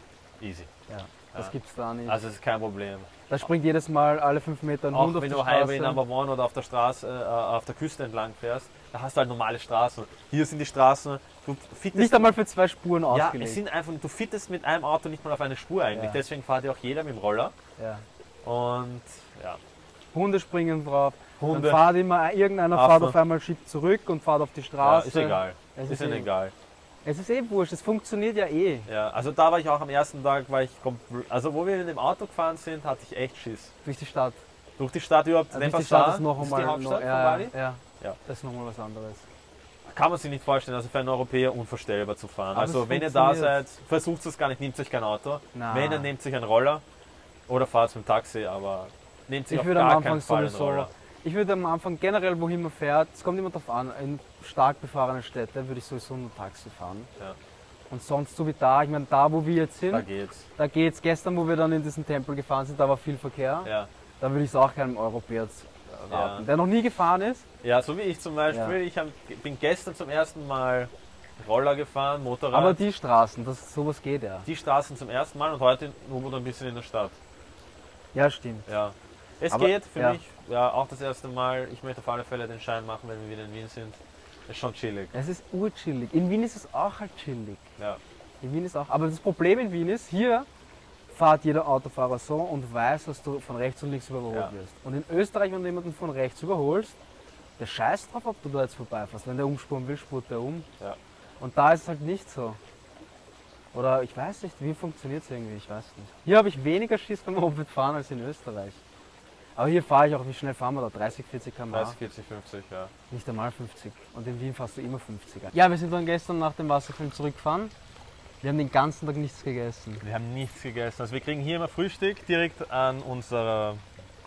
[SPEAKER 1] easy.
[SPEAKER 2] Ja. Das
[SPEAKER 1] Ja.
[SPEAKER 2] gibt's da nicht.
[SPEAKER 1] Also es ist kein Problem.
[SPEAKER 2] da springt jedes Mal alle fünf Meter ein
[SPEAKER 1] Auch
[SPEAKER 2] Hund auf
[SPEAKER 1] wenn
[SPEAKER 2] die
[SPEAKER 1] du Highway
[SPEAKER 2] Straße.
[SPEAKER 1] Number One oder auf der Straße, äh, auf der Küste entlang fährst, da hast du halt normale Straßen. Hier sind die Straßen, du fittest
[SPEAKER 2] nicht einmal für zwei Spuren
[SPEAKER 1] ja,
[SPEAKER 2] ausgelegt.
[SPEAKER 1] es sind einfach, du fittest mit einem Auto nicht mal auf eine Spur eigentlich.
[SPEAKER 2] Ja.
[SPEAKER 1] Deswegen fährt ja auch jeder mit dem Roller.
[SPEAKER 2] ja.
[SPEAKER 1] Und ja,
[SPEAKER 2] Hunde springen drauf. Hunde. Dann
[SPEAKER 1] Hunde,
[SPEAKER 2] fahrt immer, irgendeiner
[SPEAKER 1] Affen.
[SPEAKER 2] fahrt auf einmal, schiebt zurück und fahrt auf die
[SPEAKER 1] ja,
[SPEAKER 2] Straße.
[SPEAKER 1] ist egal.
[SPEAKER 2] äh, Es
[SPEAKER 1] Ist,
[SPEAKER 2] ist,
[SPEAKER 1] ihnen
[SPEAKER 2] eh,
[SPEAKER 1] egal.
[SPEAKER 2] es ist eh wurscht, es funktioniert ja eh.
[SPEAKER 1] Ja, also da war ich auch am ersten Tag, war ich kompl- also wo wir mit dem Auto gefahren sind, hatte ich echt Schiss.
[SPEAKER 2] Durch die Stadt. Also
[SPEAKER 1] Durch die Stadt überhaupt,
[SPEAKER 2] durch die
[SPEAKER 1] Denpasar
[SPEAKER 2] Stadt ist noch
[SPEAKER 1] ist die
[SPEAKER 2] einmal
[SPEAKER 1] Hauptstadt
[SPEAKER 2] noch,
[SPEAKER 1] von
[SPEAKER 2] ja,
[SPEAKER 1] Bali.
[SPEAKER 2] ja,
[SPEAKER 1] Ja.
[SPEAKER 2] Das ist nochmal was anderes.
[SPEAKER 1] Kann man sich nicht vorstellen, also für einen Europäer unvorstellbar zu fahren.
[SPEAKER 2] Aber es
[SPEAKER 1] also wenn ihr da
[SPEAKER 2] funktioniert.
[SPEAKER 1] seid, versucht es gar nicht, nehmt euch kein Auto.
[SPEAKER 2] Na.
[SPEAKER 1] Wenn, dann nehmt sich einen Roller oder fahrt mit dem Taxi, aber nehmt sich
[SPEAKER 2] Ich
[SPEAKER 1] auf
[SPEAKER 2] würde am
[SPEAKER 1] gar
[SPEAKER 2] Anfang
[SPEAKER 1] keinen Fall einen
[SPEAKER 2] sowieso-
[SPEAKER 1] Roller.
[SPEAKER 2] Ich würde am Anfang generell, wohin man fährt, es kommt immer darauf an, in stark befahrenen Städten würde ich sowieso nur Taxi fahren.
[SPEAKER 1] Ja.
[SPEAKER 2] Und sonst so wie da, ich meine, da wo wir jetzt sind,
[SPEAKER 1] Da
[SPEAKER 2] da,
[SPEAKER 1] geht's.
[SPEAKER 2] geht's. Gestern, wo wir dann in diesen Tempel gefahren sind, da war viel Verkehr.
[SPEAKER 1] Ja.
[SPEAKER 2] Da würde ich es auch keinem Europäer z- raten.
[SPEAKER 1] Ja.
[SPEAKER 2] Der noch nie gefahren ist,
[SPEAKER 1] ja, so wie ich zum Beispiel. Ich hab, bin gestern zum ersten Mal Roller gefahren, Motorrad.
[SPEAKER 2] aber die Straßen, das, sowas geht ja.
[SPEAKER 1] die Straßen zum ersten Mal und heute in U-Boot ein bisschen in der Stadt.
[SPEAKER 2] Ja, stimmt.
[SPEAKER 1] Ja. Es
[SPEAKER 2] Aber-
[SPEAKER 1] geht für
[SPEAKER 2] ja.
[SPEAKER 1] mich ja, auch das erste Mal. Ich möchte auf alle Fälle den Schein machen, wenn wir wieder in Wien sind. Ist schon chillig.
[SPEAKER 2] Es ist urchillig. In Wien ist es auch halt chillig.
[SPEAKER 1] Ja.
[SPEAKER 2] In Wien ist auch. Aber das Problem in Wien ist, hier fährt jeder Autofahrer so und weiß, dass du von rechts und links überholt
[SPEAKER 1] Ja.
[SPEAKER 2] wirst. Und in Österreich, wenn du jemanden von rechts überholst, der scheißt drauf, ob du da jetzt vorbeifährst. Wenn der umspuren will, spurt der um.
[SPEAKER 1] Ja.
[SPEAKER 2] Und da ist es halt nicht so. Oder ich weiß nicht, wie funktioniert es irgendwie, ich weiß nicht. Hier habe ich weniger Schiss beim Mopedfahren als in Österreich. Aber hier fahre ich auch, wie schnell fahren wir da? 30, 40 km/h?
[SPEAKER 1] 30, 40, 50, ja.
[SPEAKER 2] Nicht einmal 50. Und in Wien fährst du immer 50er. Ja, wir sind dann gestern nach dem Wasserfilm zurückgefahren. Wir haben den ganzen Tag nichts gegessen.
[SPEAKER 1] Wir haben nichts gegessen. Also wir kriegen hier immer Frühstück direkt an unserer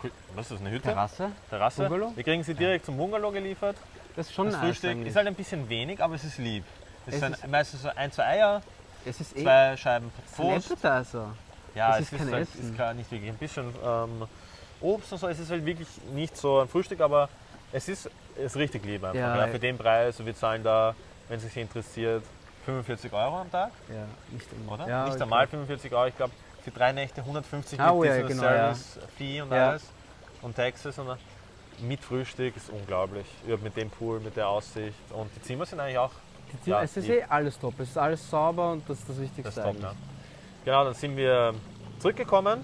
[SPEAKER 1] Kü- was ist das, eine Hütte?
[SPEAKER 2] Terrasse?
[SPEAKER 1] Terrasse.
[SPEAKER 2] Bungalow?
[SPEAKER 1] Wir kriegen sie direkt zum Bungalow geliefert.
[SPEAKER 2] Das ist schon
[SPEAKER 1] Das
[SPEAKER 2] nice
[SPEAKER 1] Frühstück
[SPEAKER 2] eigentlich.
[SPEAKER 1] ist halt ein bisschen wenig, aber es ist lieb. Es,
[SPEAKER 2] Es
[SPEAKER 1] sind
[SPEAKER 2] ist-
[SPEAKER 1] meistens so ein, zwei Eier,
[SPEAKER 2] es ist eh also.
[SPEAKER 1] zwei Scheiben
[SPEAKER 2] kein
[SPEAKER 1] Toast.
[SPEAKER 2] Appetizer.
[SPEAKER 1] Ja,
[SPEAKER 2] es
[SPEAKER 1] es
[SPEAKER 2] ist
[SPEAKER 1] ist,
[SPEAKER 2] kein
[SPEAKER 1] halt,
[SPEAKER 2] Essen.
[SPEAKER 1] ist gar nicht wirklich ein bisschen ähm, Obst und so. Es ist halt wirklich nicht so ein Frühstück, aber es ist, ist richtig lieb einfach.
[SPEAKER 2] Ja.
[SPEAKER 1] Ja, für den Preis, wir zahlen da, wenn es sich interessiert, 45 Euro am Tag,
[SPEAKER 2] Ja, nicht einmal.
[SPEAKER 1] oder?
[SPEAKER 2] Ja,
[SPEAKER 1] nicht
[SPEAKER 2] okay.
[SPEAKER 1] einmal 45 Euro, ich glaube für drei Nächte 150
[SPEAKER 2] Ah,
[SPEAKER 1] mit
[SPEAKER 2] oh ja,
[SPEAKER 1] diesem
[SPEAKER 2] genau, ja.
[SPEAKER 1] Service-Fee und
[SPEAKER 2] Ja.
[SPEAKER 1] alles und Taxes und äh, mit Frühstück ist unglaublich. Ja, Mit dem Pool, mit der Aussicht und die Zimmer sind eigentlich auch
[SPEAKER 2] Die Zimmer-
[SPEAKER 1] Ja,
[SPEAKER 2] es ist
[SPEAKER 1] die-
[SPEAKER 2] eh alles top. Es ist alles sauber und das ist das Wichtigste
[SPEAKER 1] Das ist top,
[SPEAKER 2] eigentlich.
[SPEAKER 1] ja. Genau, dann sind wir zurückgekommen.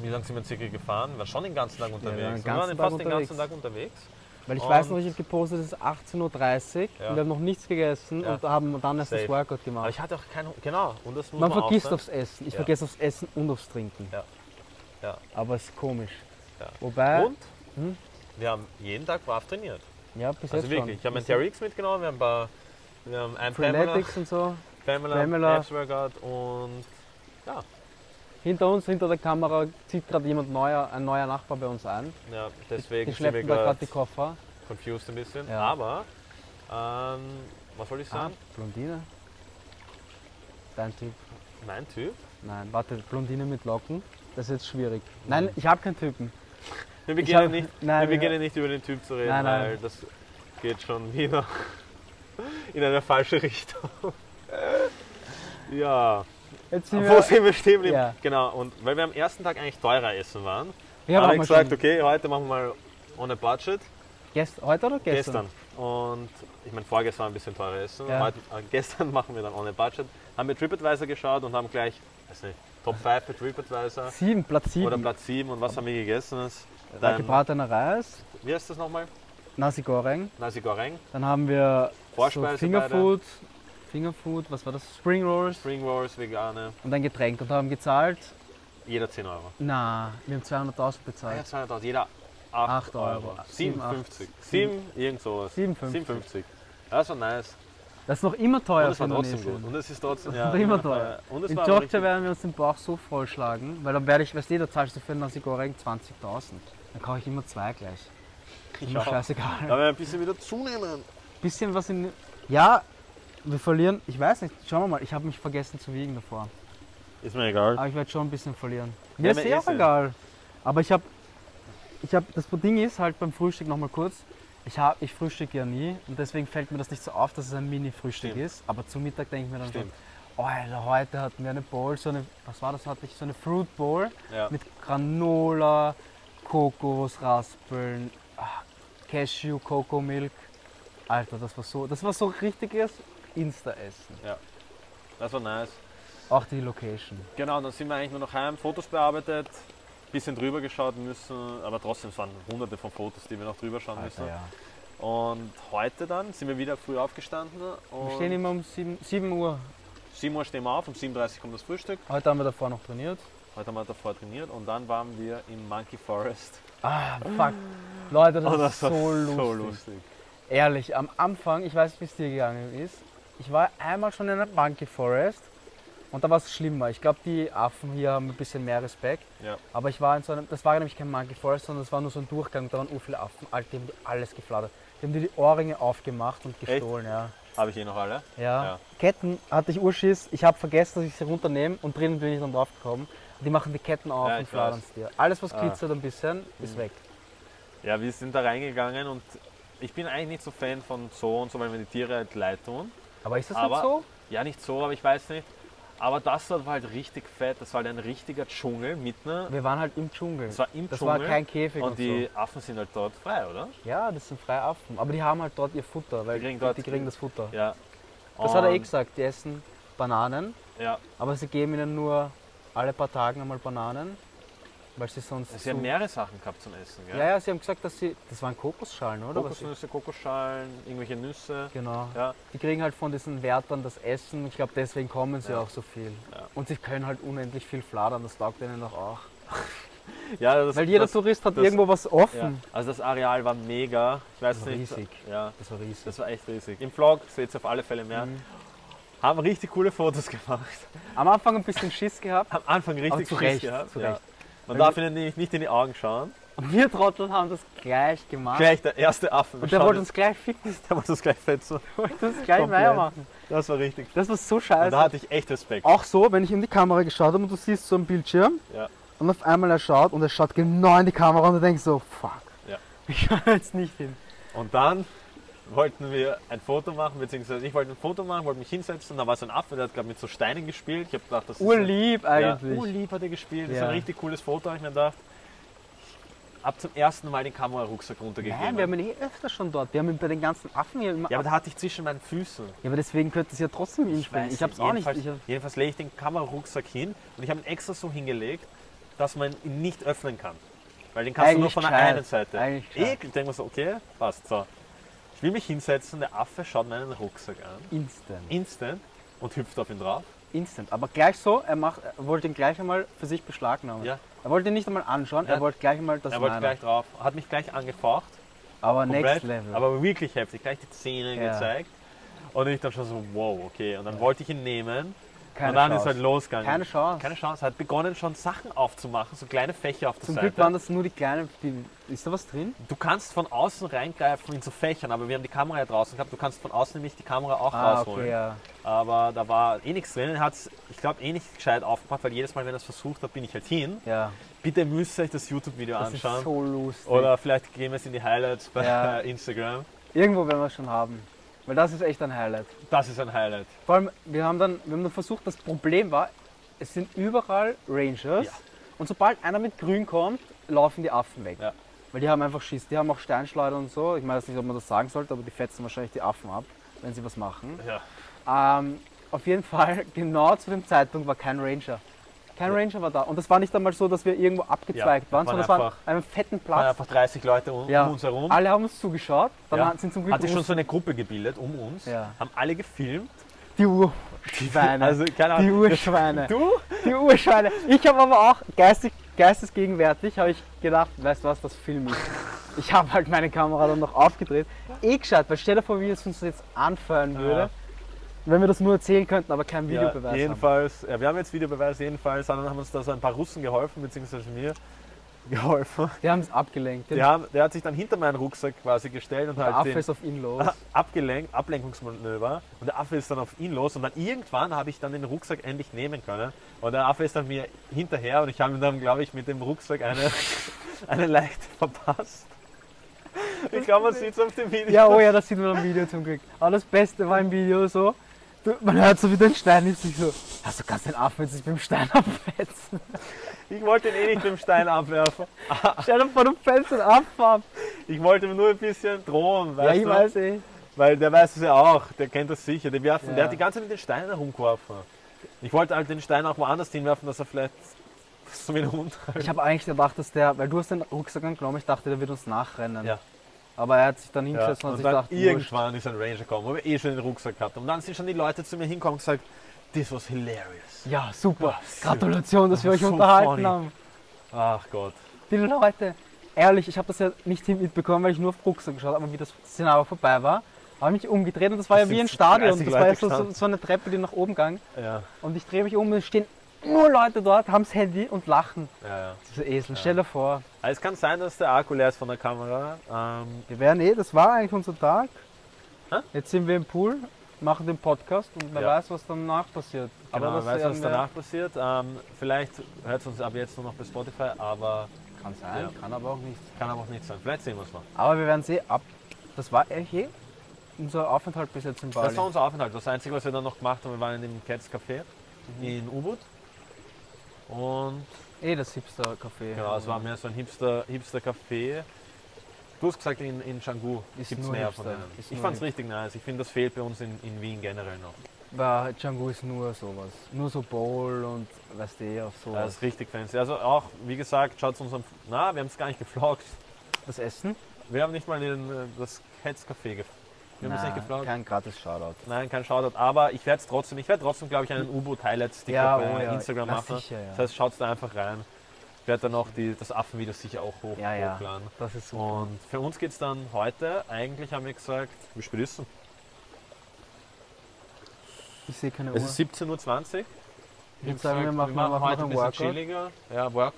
[SPEAKER 1] Wie lange sind wir circa gefahren? War schon den ganzen Tag
[SPEAKER 2] waren
[SPEAKER 1] unterwegs. wir
[SPEAKER 2] den
[SPEAKER 1] waren
[SPEAKER 2] ganzen
[SPEAKER 1] fast
[SPEAKER 2] Tag
[SPEAKER 1] den ganzen Tag unterwegs.
[SPEAKER 2] Weil ich weiß
[SPEAKER 1] Und-
[SPEAKER 2] noch, ich habe gepostet, es ist 18.30 Uhr
[SPEAKER 1] Ja.
[SPEAKER 2] und wir haben noch nichts gegessen
[SPEAKER 1] Ja.
[SPEAKER 2] und haben dann erst das
[SPEAKER 1] Safe.
[SPEAKER 2] Workout
[SPEAKER 1] Aber
[SPEAKER 2] gemacht.
[SPEAKER 1] ich hatte auch keinen. Genau, und das muss
[SPEAKER 2] Man
[SPEAKER 1] man,
[SPEAKER 2] vergisst
[SPEAKER 1] aufs.
[SPEAKER 2] aufs Essen. Ich
[SPEAKER 1] Ja.
[SPEAKER 2] vergesse aufs Essen und aufs Trinken.
[SPEAKER 1] Ja. Ja.
[SPEAKER 2] Aber es ist komisch.
[SPEAKER 1] Ja.
[SPEAKER 2] Wobei,
[SPEAKER 1] Und
[SPEAKER 2] Hm?
[SPEAKER 1] wir haben jeden Tag brav trainiert.
[SPEAKER 2] ja, bis
[SPEAKER 1] Also
[SPEAKER 2] jetzt
[SPEAKER 1] wirklich.
[SPEAKER 2] schon.
[SPEAKER 1] Ich habe meinen
[SPEAKER 2] Bis jetzt.
[SPEAKER 1] TRX mitgenommen, wir haben ein paar. Wir haben ein Pamela,
[SPEAKER 2] Freeletics und so.
[SPEAKER 1] Pamela,
[SPEAKER 2] Pamela.
[SPEAKER 1] Abs Workout und.
[SPEAKER 2] Hinter uns, hinter der Kamera, zieht gerade jemand neuer, ein neuer Nachbar bei uns ein.
[SPEAKER 1] Ja,
[SPEAKER 2] Die
[SPEAKER 1] deswegen sind wir
[SPEAKER 2] schleppen da gerade
[SPEAKER 1] gerade
[SPEAKER 2] die Koffer.
[SPEAKER 1] confused ein bisschen.
[SPEAKER 2] Ja.
[SPEAKER 1] Aber, ähm, was soll ich
[SPEAKER 2] Ah,
[SPEAKER 1] sagen?
[SPEAKER 2] Blondine. Dein Typ.
[SPEAKER 1] Mein Typ.
[SPEAKER 2] Nein, warte, Blondine mit Locken. Das ist jetzt schwierig. Nein, ich habe keinen Typen.
[SPEAKER 1] Wir
[SPEAKER 2] Ich
[SPEAKER 1] beginnen
[SPEAKER 2] hab-
[SPEAKER 1] nicht.
[SPEAKER 2] Nein,
[SPEAKER 1] Mhm.
[SPEAKER 2] äh,
[SPEAKER 1] wir beginnen nicht über den Typ zu reden,
[SPEAKER 2] Nein, nein.
[SPEAKER 1] weil das geht schon wieder (laughs) in eine falsche Richtung. ja,
[SPEAKER 2] Jetzt sind
[SPEAKER 1] wo
[SPEAKER 2] wir,
[SPEAKER 1] sind wir stehen geblieben?
[SPEAKER 2] Ja.
[SPEAKER 1] Genau, und weil wir am ersten Tag eigentlich teurer essen waren,
[SPEAKER 2] ich hab
[SPEAKER 1] haben
[SPEAKER 2] auch
[SPEAKER 1] wir
[SPEAKER 2] mal
[SPEAKER 1] gesagt,
[SPEAKER 2] schon-
[SPEAKER 1] okay, heute machen wir mal on a budget.
[SPEAKER 2] gest, heute oder
[SPEAKER 1] Gestern.
[SPEAKER 2] gestern?
[SPEAKER 1] Und ich meine, vorgestern war ein bisschen teurer Essen.
[SPEAKER 2] Ja.
[SPEAKER 1] Heute, äh, gestern (laughs) machen wir dann ohne Budget. Haben wir TripAdvisor geschaut und haben gleich, weiß nicht, Top 5 für TripAdvisor
[SPEAKER 2] Sieben, Platz sieben.
[SPEAKER 1] oder Platz 7 und was haben wir gegessen? Das-
[SPEAKER 2] Dann
[SPEAKER 1] Dann,
[SPEAKER 2] gebratener Reis,
[SPEAKER 1] wie heißt das nochmal?
[SPEAKER 2] Nasi Goreng.
[SPEAKER 1] Nasi Goreng,
[SPEAKER 2] Dann haben wir
[SPEAKER 1] Vorspeise
[SPEAKER 2] Fingerfood, Fingerfood, was war das? Spring Rolls
[SPEAKER 1] Spring Rolls, vegane,
[SPEAKER 2] und ein Getränk und haben gezahlt.
[SPEAKER 1] jeder 10 Euro.
[SPEAKER 2] Na, wir haben 200.000 bezahlt.
[SPEAKER 1] Ah Ja, 200, jeder 8,
[SPEAKER 2] Acht
[SPEAKER 1] Euro.
[SPEAKER 2] Euro.
[SPEAKER 1] 57.
[SPEAKER 2] Sieben,
[SPEAKER 1] 7, irgend sowas.
[SPEAKER 2] 57.
[SPEAKER 1] 57. Das war nice.
[SPEAKER 2] Das ist noch immer
[SPEAKER 1] Und
[SPEAKER 2] teuer
[SPEAKER 1] es war
[SPEAKER 2] von
[SPEAKER 1] trotzdem
[SPEAKER 2] Indonesien.
[SPEAKER 1] gut. Und es ist
[SPEAKER 2] (laughs)
[SPEAKER 1] trotzdem,
[SPEAKER 2] Das
[SPEAKER 1] ja. genau.
[SPEAKER 2] war immer teuer.
[SPEAKER 1] Und es
[SPEAKER 2] In
[SPEAKER 1] war aber
[SPEAKER 2] Georgia
[SPEAKER 1] richtig-
[SPEAKER 2] werden wir uns den Bauch so vollschlagen, weil dann werde ich, weißt du, da zahlst du für einen Nasi Goreng 20.000. Dann kaufe ich immer zwei gleich.
[SPEAKER 1] Ich
[SPEAKER 2] Immer
[SPEAKER 1] auch.
[SPEAKER 2] scheißegal.
[SPEAKER 1] Da werden wir ein bisschen wieder zunehmen.
[SPEAKER 2] bisschen was in. Ja, wir verlieren. Ich weiß nicht. Schauen wir mal. Ich habe mich vergessen zu wiegen davor.
[SPEAKER 1] Ist mir egal.
[SPEAKER 2] Aber ich werde schon ein bisschen verlieren. Mir
[SPEAKER 1] Ja,
[SPEAKER 2] ist
[SPEAKER 1] mir
[SPEAKER 2] eh
[SPEAKER 1] eh
[SPEAKER 2] auch
[SPEAKER 1] so.
[SPEAKER 2] egal. Aber ich habe. Ich hab, das Ding ist halt beim Frühstück nochmal kurz. Ich, hab, ich frühstücke ja nie und deswegen fällt mir das nicht so auf, dass es ein Mini-Frühstück
[SPEAKER 1] Stimmt.
[SPEAKER 2] ist. Aber zu Mittag denke ich mir dann
[SPEAKER 1] Stimmt.
[SPEAKER 2] schon, oh, Alter, heute hatten wir eine Bowl, so eine, was war das, hatte ich so eine Fruit Bowl
[SPEAKER 1] Ja.
[SPEAKER 2] mit Granola, Kokos, Raspeln, ah, Cashew, Kokomilch. Alter, das war so, das war so richtiges Insta-Essen.
[SPEAKER 1] Das war nice.
[SPEAKER 2] Auch die Location.
[SPEAKER 1] Genau, dann sind wir eigentlich nur noch heim, Fotos bearbeitet, bisschen drüber geschaut müssen, aber trotzdem es waren hunderte von Fotos, die wir noch drüber schauen müssen.
[SPEAKER 2] ja.
[SPEAKER 1] Und heute dann sind wir wieder früh aufgestanden. Und
[SPEAKER 2] Wir stehen immer um 7, 7 Uhr.
[SPEAKER 1] 7 Uhr stehen wir auf, um 7.30 Uhr kommt das Frühstück.
[SPEAKER 2] Heute haben wir davor noch trainiert.
[SPEAKER 1] Heute haben wir davor trainiert und dann waren wir im Monkey Forest.
[SPEAKER 2] Ah, fuck. Leute, (laughs) das,
[SPEAKER 1] Oh,
[SPEAKER 2] ist so, lustig. Ehrlich, am Anfang, ich weiß nicht, wie es dir gegangen ist, ich war einmal schon in der Monkey Forest und da war es schlimmer. Ich glaube, die Affen hier haben ein bisschen mehr Respekt.
[SPEAKER 1] Ja.
[SPEAKER 2] Aber ich war in so einem, das war nämlich kein Monkey Forest, sondern das war nur so ein Durchgang, da waren so viele Affen, Alter, die haben die alles geflattert. Die haben dir die Ohrringe aufgemacht und gestohlen, ja.
[SPEAKER 1] Habe ich eh noch alle?
[SPEAKER 2] Ja.
[SPEAKER 1] Ja.
[SPEAKER 2] Ketten hatte ich Urschiss, ich habe vergessen, dass ich sie runternehme und drinnen bin ich dann draufgekommen. Die machen die Ketten auf
[SPEAKER 1] Ja,
[SPEAKER 2] und
[SPEAKER 1] ich
[SPEAKER 2] flattern es dir. Alles, was
[SPEAKER 1] Ah. Mhm.
[SPEAKER 2] glitzert ein bisschen, ist weg.
[SPEAKER 1] Ja, wir sind da reingegangen und ich bin eigentlich nicht so Fan von Zoo und so, weil mir die Tiere halt leid tun.
[SPEAKER 2] Aber ist das
[SPEAKER 1] Aber-
[SPEAKER 2] nicht so?
[SPEAKER 1] Ja, nicht so, aber ich weiß nicht. Aber das dort war halt richtig fett. Das war halt ein richtiger Dschungel mitten.
[SPEAKER 2] Wir waren halt im Dschungel.
[SPEAKER 1] Das war im
[SPEAKER 2] Das war
[SPEAKER 1] Dschungel.
[SPEAKER 2] kein Käfig und,
[SPEAKER 1] und die Affen sind halt dort frei, oder?
[SPEAKER 2] so. Ja, das sind freie Affen. Aber die haben halt dort ihr Futter, weil
[SPEAKER 1] Die
[SPEAKER 2] die
[SPEAKER 1] kriegen
[SPEAKER 2] kriegen,
[SPEAKER 1] dort-
[SPEAKER 2] das Futter.
[SPEAKER 1] Ja.
[SPEAKER 2] Das hat er eh
[SPEAKER 1] Und-
[SPEAKER 2] gesagt, die essen Bananen,
[SPEAKER 1] Ja.
[SPEAKER 2] aber sie geben ihnen nur alle paar Tage einmal Bananen, weil sie sonst.
[SPEAKER 1] Sie haben
[SPEAKER 2] zu-
[SPEAKER 1] mehrere Sachen gehabt zum Essen, gell?
[SPEAKER 2] ja, ja, sie haben gesagt, dass sie. Das waren Kokosschalen, oder? Was sie-
[SPEAKER 1] Kokosnüsse, Kokosschalen, irgendwelche
[SPEAKER 2] (laughs)
[SPEAKER 1] Nüsse.
[SPEAKER 2] Genau.
[SPEAKER 1] Ja.
[SPEAKER 2] Die kriegen halt von diesen Wärtern das Essen. Ich glaube, deswegen kommen sie
[SPEAKER 1] Ja.
[SPEAKER 2] auch so viel.
[SPEAKER 1] Ja.
[SPEAKER 2] Und sie können halt unendlich viel fladern, das taugt ihnen doch auch.
[SPEAKER 1] ja das,
[SPEAKER 2] Weil jeder
[SPEAKER 1] das,
[SPEAKER 2] Tourist hat
[SPEAKER 1] das-
[SPEAKER 2] irgendwo was offen.
[SPEAKER 1] ja. Also das Areal war mega. Ich weiß
[SPEAKER 2] Hm. Das war
[SPEAKER 1] nicht.
[SPEAKER 2] riesig.
[SPEAKER 1] Ja,
[SPEAKER 2] Das war riesig.
[SPEAKER 1] das war echt riesig. Im Vlog seht ihr auf alle Fälle mehr.
[SPEAKER 2] Mhm.
[SPEAKER 1] Haben richtig coole Fotos (laughs) gemacht.
[SPEAKER 2] Am Anfang ein bisschen Schiss gehabt.
[SPEAKER 1] Am Anfang richtig
[SPEAKER 2] Aber zu
[SPEAKER 1] Schiss
[SPEAKER 2] Recht,
[SPEAKER 1] gehabt.
[SPEAKER 2] zu
[SPEAKER 1] ja.
[SPEAKER 2] Recht.
[SPEAKER 1] Man darf ihnen nämlich nicht in die Augen schauen.
[SPEAKER 2] Und wir Trotteln haben das gleich gemacht.
[SPEAKER 1] Gleich der erste Affe.
[SPEAKER 2] Ah. Und der wollte uns gleich ficken,
[SPEAKER 1] der wollte uns gleich fetzen.
[SPEAKER 2] der wollte uns gleich
[SPEAKER 1] Komplett.
[SPEAKER 2] Meier machen.
[SPEAKER 1] Das war richtig.
[SPEAKER 2] Das war so
[SPEAKER 1] Und da
[SPEAKER 2] scheiße.
[SPEAKER 1] hatte ich echt Respekt.
[SPEAKER 2] Also Auch so, wenn ich in die Kamera geschaut habe und du siehst so einen Bildschirm
[SPEAKER 1] Ja.
[SPEAKER 2] und auf einmal er schaut und er schaut genau in die Kamera und du denkst so, fuck,
[SPEAKER 1] Ja.
[SPEAKER 2] (laughs) ich kann jetzt nicht hin.
[SPEAKER 1] Und dann wollten wir ein Foto machen, beziehungsweise ich wollte ein Foto machen, wollte mich hinsetzen, da war so ein Affe, der hat gerade mit so Steinen gespielt. Ich habe gedacht, das ist ein-
[SPEAKER 2] Urlieb
[SPEAKER 1] Ja,
[SPEAKER 2] eigentlich.
[SPEAKER 1] Urlieb hat er gespielt. Das ist
[SPEAKER 2] Ja.
[SPEAKER 1] ein richtig cooles Foto, habe ich mir gedacht. Ab zum ersten Mal den Kamerarucksack runtergegeben.
[SPEAKER 2] Nein, wir haben ihn eh öfter schon dort. Wir haben ihn bei den ganzen Affen hier immer.
[SPEAKER 1] ja, aber da hatte ich zwischen meinen Füßen.
[SPEAKER 2] Ja, aber deswegen könnte es ja trotzdem hinspringen. Ich, hab's auch nicht.
[SPEAKER 1] jedenfalls,
[SPEAKER 2] Ich hab,
[SPEAKER 1] Jedenfalls lege ich den Kamerarucksack hin und ich habe ihn extra so hingelegt, dass man ihn nicht öffnen kann. Weil den kannst
[SPEAKER 2] Eigentlich
[SPEAKER 1] du nur von der
[SPEAKER 2] gescheit.
[SPEAKER 1] einen Seite.
[SPEAKER 2] Eigentlich
[SPEAKER 1] Ekel,
[SPEAKER 2] gescheit.
[SPEAKER 1] ich denke mir so, okay, passt. So. Ich will mich hinsetzen, der Affe schaut meinen Rucksack an,
[SPEAKER 2] instant.
[SPEAKER 1] instant, und hüpft auf ihn drauf.
[SPEAKER 2] Instant. Aber gleich so, er, macht, er wollte ihn gleich einmal für sich beschlagnahmen.
[SPEAKER 1] Ja.
[SPEAKER 2] Er wollte ihn nicht einmal anschauen,
[SPEAKER 1] Ja.
[SPEAKER 2] er wollte gleich einmal das
[SPEAKER 1] er wollte
[SPEAKER 2] Nein.
[SPEAKER 1] gleich drauf, hat mich gleich angefaucht.
[SPEAKER 2] Aber
[SPEAKER 1] komplett,
[SPEAKER 2] next level.
[SPEAKER 1] Aber wirklich heftig, gleich die Zähne
[SPEAKER 2] Ja.
[SPEAKER 1] gezeigt. Und ich dann schon so, wow, okay. Und dann wollte ich ihn nehmen.
[SPEAKER 2] Keine
[SPEAKER 1] und dann
[SPEAKER 2] Chance.
[SPEAKER 1] ist halt losgegangen.
[SPEAKER 2] Keine Chance.
[SPEAKER 1] Keine Chance. Hat begonnen schon Sachen aufzumachen, so kleine Fächer auf der
[SPEAKER 2] Zum
[SPEAKER 1] Seite.
[SPEAKER 2] Glück waren das nur die kleinen. Die, ist da was drin?
[SPEAKER 1] du kannst von außen reingreifen in so Fächern, aber wir haben die Kamera ja draußen gehabt. Du kannst von außen nämlich die Kamera auch rausholen.
[SPEAKER 2] Ah, ja.
[SPEAKER 1] Aber da war eh nichts drin. Er hat es, ich glaube, eh nicht gescheit aufgemacht, weil jedes Mal, wenn er es versucht hat, bin ich halt hin.
[SPEAKER 2] ja.
[SPEAKER 1] Bitte müsst ihr euch das YouTube-Video
[SPEAKER 2] Das
[SPEAKER 1] anschauen.
[SPEAKER 2] ist so lustig.
[SPEAKER 1] Oder vielleicht gehen wir es in die Highlights bei
[SPEAKER 2] Ja.
[SPEAKER 1] (laughs) Instagram.
[SPEAKER 2] Irgendwo werden wir es schon haben. Weil das ist echt ein Highlight.
[SPEAKER 1] Das ist ein Highlight.
[SPEAKER 2] Vor allem, wir haben dann, wir haben dann versucht, das Problem war, es sind überall Rangers
[SPEAKER 1] Ja.
[SPEAKER 2] und sobald einer mit Grün kommt, laufen die Affen weg.
[SPEAKER 1] Ja.
[SPEAKER 2] Weil die haben einfach Schiss. Die haben auch Steinschleuder und so. Ich weiß nicht, ob man das sagen sollte, aber die fetzen wahrscheinlich die Affen ab, wenn sie was machen.
[SPEAKER 1] Ja.
[SPEAKER 2] Ähm, auf jeden Fall, (laughs) genau zu dem Zeitpunkt war kein Ranger. Kein Ranger war da. Und das war nicht einmal so, dass wir irgendwo abgezweigt
[SPEAKER 1] Ja, waren
[SPEAKER 2] waren, sondern es war an
[SPEAKER 1] einfach-
[SPEAKER 2] einem fetten
[SPEAKER 1] Waren
[SPEAKER 2] Platz.
[SPEAKER 1] einfach 30 Leute um, um uns herum.
[SPEAKER 2] Alle haben uns zugeschaut. Dann
[SPEAKER 1] Ja.
[SPEAKER 2] hat- sind zum Glück
[SPEAKER 1] Hat sich schon
[SPEAKER 2] uns-
[SPEAKER 1] so eine Gruppe gebildet um uns,
[SPEAKER 2] Ja.
[SPEAKER 1] haben alle gefilmt.
[SPEAKER 2] die Urschweine.
[SPEAKER 1] Also, keine
[SPEAKER 2] die
[SPEAKER 1] Ahnung.
[SPEAKER 2] Urschweine.
[SPEAKER 1] Du?
[SPEAKER 2] Die Urschweine. Ich habe aber auch geistig, geistesgegenwärtig habe ich gedacht, weißt du was, das film ich. Ich habe halt meine Kamera dann noch aufgedreht. Eh geschaut, weil stell dir vor, wie es uns jetzt anfallen würde,
[SPEAKER 1] Ja.
[SPEAKER 2] wenn wir das nur erzählen könnten, aber kein
[SPEAKER 1] Ja,
[SPEAKER 2] Videobeweis haben.
[SPEAKER 1] jedenfalls, ja, wir haben jetzt Videobeweis, jedenfalls haben, haben uns da so ein paar Russen geholfen, beziehungsweise mir geholfen.
[SPEAKER 2] Die haben es abgelenkt.
[SPEAKER 1] Der, haben, der hat sich dann hinter meinen Rucksack quasi gestellt und
[SPEAKER 2] der
[SPEAKER 1] halt
[SPEAKER 2] Affe
[SPEAKER 1] den
[SPEAKER 2] ist auf
[SPEAKER 1] (laughs)
[SPEAKER 2] ihn los.
[SPEAKER 1] abgelenkt, Ablenkungsmanöver und der Affe ist dann auf ihn los und dann irgendwann habe ich dann den Rucksack endlich nehmen können und der Affe ist dann mir hinterher und ich habe ihm dann, glaube ich, mit dem Rucksack eine, (laughs) eine Leichte verpasst. Ich glaube, man sieht es auf dem Video.
[SPEAKER 2] Ja, oh ja, das sieht man am Video zum Glück. Aber das Beste war im Video so, du, man hört so wie den Stein nimmt sich so, also du kannst den Affen jetzt nicht mit dem Stein abfetzen.
[SPEAKER 1] Ich wollte ihn eh nicht mit dem Stein abwerfen.
[SPEAKER 2] Stell dir vor, du fällst den Affen ab.
[SPEAKER 1] Ich wollte ihm nur ein bisschen drohen,
[SPEAKER 2] Ja,
[SPEAKER 1] weißt
[SPEAKER 2] ich
[SPEAKER 1] du?
[SPEAKER 2] weiß eh.
[SPEAKER 1] Weil der weiß es ja auch, der kennt das sicher. Der, werfen,
[SPEAKER 2] Ja.
[SPEAKER 1] der hat die ganze Zeit mit den Steinen herumgeworfen. Ich wollte halt den Stein auch woanders hinwerfen, dass er vielleicht (laughs) so wie ein Hund halt.
[SPEAKER 2] Ich habe eigentlich gedacht, dass der, weil du hast den Rucksack angenommen, ich dachte, der wird uns nachrennen.
[SPEAKER 1] Ja.
[SPEAKER 2] Aber er hat sich dann
[SPEAKER 1] Ja.
[SPEAKER 2] hingesetzt und hat
[SPEAKER 1] Und
[SPEAKER 2] sich
[SPEAKER 1] dann
[SPEAKER 2] gedacht, wurscht.
[SPEAKER 1] irgendwann ist ein Ranger gekommen, wo wir eh schon den Rucksack hatten. Und dann sind schon die Leute zu mir hingekommen und gesagt, this was hilarious.
[SPEAKER 2] ja, super.
[SPEAKER 1] super.
[SPEAKER 2] Gratulation, dass wir
[SPEAKER 1] Ah,
[SPEAKER 2] euch
[SPEAKER 1] so
[SPEAKER 2] unterhalten
[SPEAKER 1] funny.
[SPEAKER 2] haben.
[SPEAKER 1] Ach Gott.
[SPEAKER 2] Die Leute, ehrlich, ich habe das ja nicht mitbekommen, weil ich nur auf Rucksack geschaut habe, aber wie das Szenario vorbei war, habe ich mich umgedreht und das war
[SPEAKER 1] Da
[SPEAKER 2] ja wie
[SPEAKER 1] sind
[SPEAKER 2] ein Stadion.
[SPEAKER 1] 30
[SPEAKER 2] Das war ja
[SPEAKER 1] Leute
[SPEAKER 2] so, so,
[SPEAKER 1] gestanden.
[SPEAKER 2] so eine Treppe, die nach oben ging.
[SPEAKER 1] Ja,
[SPEAKER 2] Und ich drehe mich um und es stehen nur Leute dort, haben das Handy und lachen.
[SPEAKER 1] ja, ja.
[SPEAKER 2] Diese Esel, stell dir vor.
[SPEAKER 1] Also es kann sein, dass der Akku leer ist von der Kamera. Ähm,
[SPEAKER 2] Wir wären eh, das war eigentlich unser Tag.
[SPEAKER 1] Hä?
[SPEAKER 2] Jetzt sind wir im Pool, machen den Podcast und wer
[SPEAKER 1] Ja.
[SPEAKER 2] weiß, was danach passiert.
[SPEAKER 1] aber
[SPEAKER 2] das
[SPEAKER 1] man weiß, was
[SPEAKER 2] werden wir-
[SPEAKER 1] danach passiert. Ähm, vielleicht hört es uns ab jetzt nur noch bei Spotify, aber
[SPEAKER 2] Kann sein,
[SPEAKER 1] Ja.
[SPEAKER 2] kann aber auch nicht.
[SPEAKER 1] kann aber auch nicht sein. Vielleicht sehen wir es noch.
[SPEAKER 2] Aber wir werden eh ab. Das war eigentlich eh unser Aufenthalt bis jetzt in Bali.
[SPEAKER 1] Das war unser Aufenthalt. Das Einzige, was wir dann noch gemacht haben, wir waren in dem Cats Café
[SPEAKER 2] Mhm.
[SPEAKER 1] in Ubud. Und
[SPEAKER 2] eh das Hipster-Café.
[SPEAKER 1] genau, es war mehr so ein Hipster, Hipster Café. Du hast gesagt, in, in Canggu
[SPEAKER 2] Ist
[SPEAKER 1] gibt es
[SPEAKER 2] nur
[SPEAKER 1] mehr
[SPEAKER 2] Hipster.
[SPEAKER 1] von denen.
[SPEAKER 2] Ist
[SPEAKER 1] Ich
[SPEAKER 2] nur
[SPEAKER 1] fand es richtig nice. Ich finde, das fehlt bei uns in, in Wien generell noch.
[SPEAKER 2] Bei Django ist nur sowas. Nur so Bowl und weißt du, eh, auf
[SPEAKER 1] Das
[SPEAKER 2] sowas.
[SPEAKER 1] ist richtig fancy. Also auch, wie gesagt, schaut zu unserem... Na, wir haben es gar nicht gefloggt.
[SPEAKER 2] Das Essen?
[SPEAKER 1] Wir haben nicht mal den, äh, das Cats Café gefloggt. Wir haben es
[SPEAKER 2] Nein,
[SPEAKER 1] nicht gefloggt.
[SPEAKER 2] Kein gratis Shoutout.
[SPEAKER 1] Nein, kein Shoutout. Aber ich werde es trotzdem, ich werde trotzdem, glaube ich, einen U-Boot-Highlight-Sticker
[SPEAKER 2] Ja,
[SPEAKER 1] bei
[SPEAKER 2] oh ja,
[SPEAKER 1] Instagram
[SPEAKER 2] na
[SPEAKER 1] machen.
[SPEAKER 2] sicher, ja.
[SPEAKER 1] Das heißt, schaut da einfach rein. Ich werde dann auch die, das Affenvideo sicher auch hoch,
[SPEAKER 2] Ja, ja.
[SPEAKER 1] hochladen.
[SPEAKER 2] Das ist so.
[SPEAKER 1] Und für uns geht es dann heute, eigentlich haben wir gesagt, wie spät ist denn?
[SPEAKER 2] Ich sehe keine Uhr.
[SPEAKER 1] Es ist 17.20 Uhr.
[SPEAKER 2] Ich würd sagen, wir machen- wir machen
[SPEAKER 1] heute ein
[SPEAKER 2] einen
[SPEAKER 1] bisschen
[SPEAKER 2] Workout.
[SPEAKER 1] chilliger. Ja, Workout.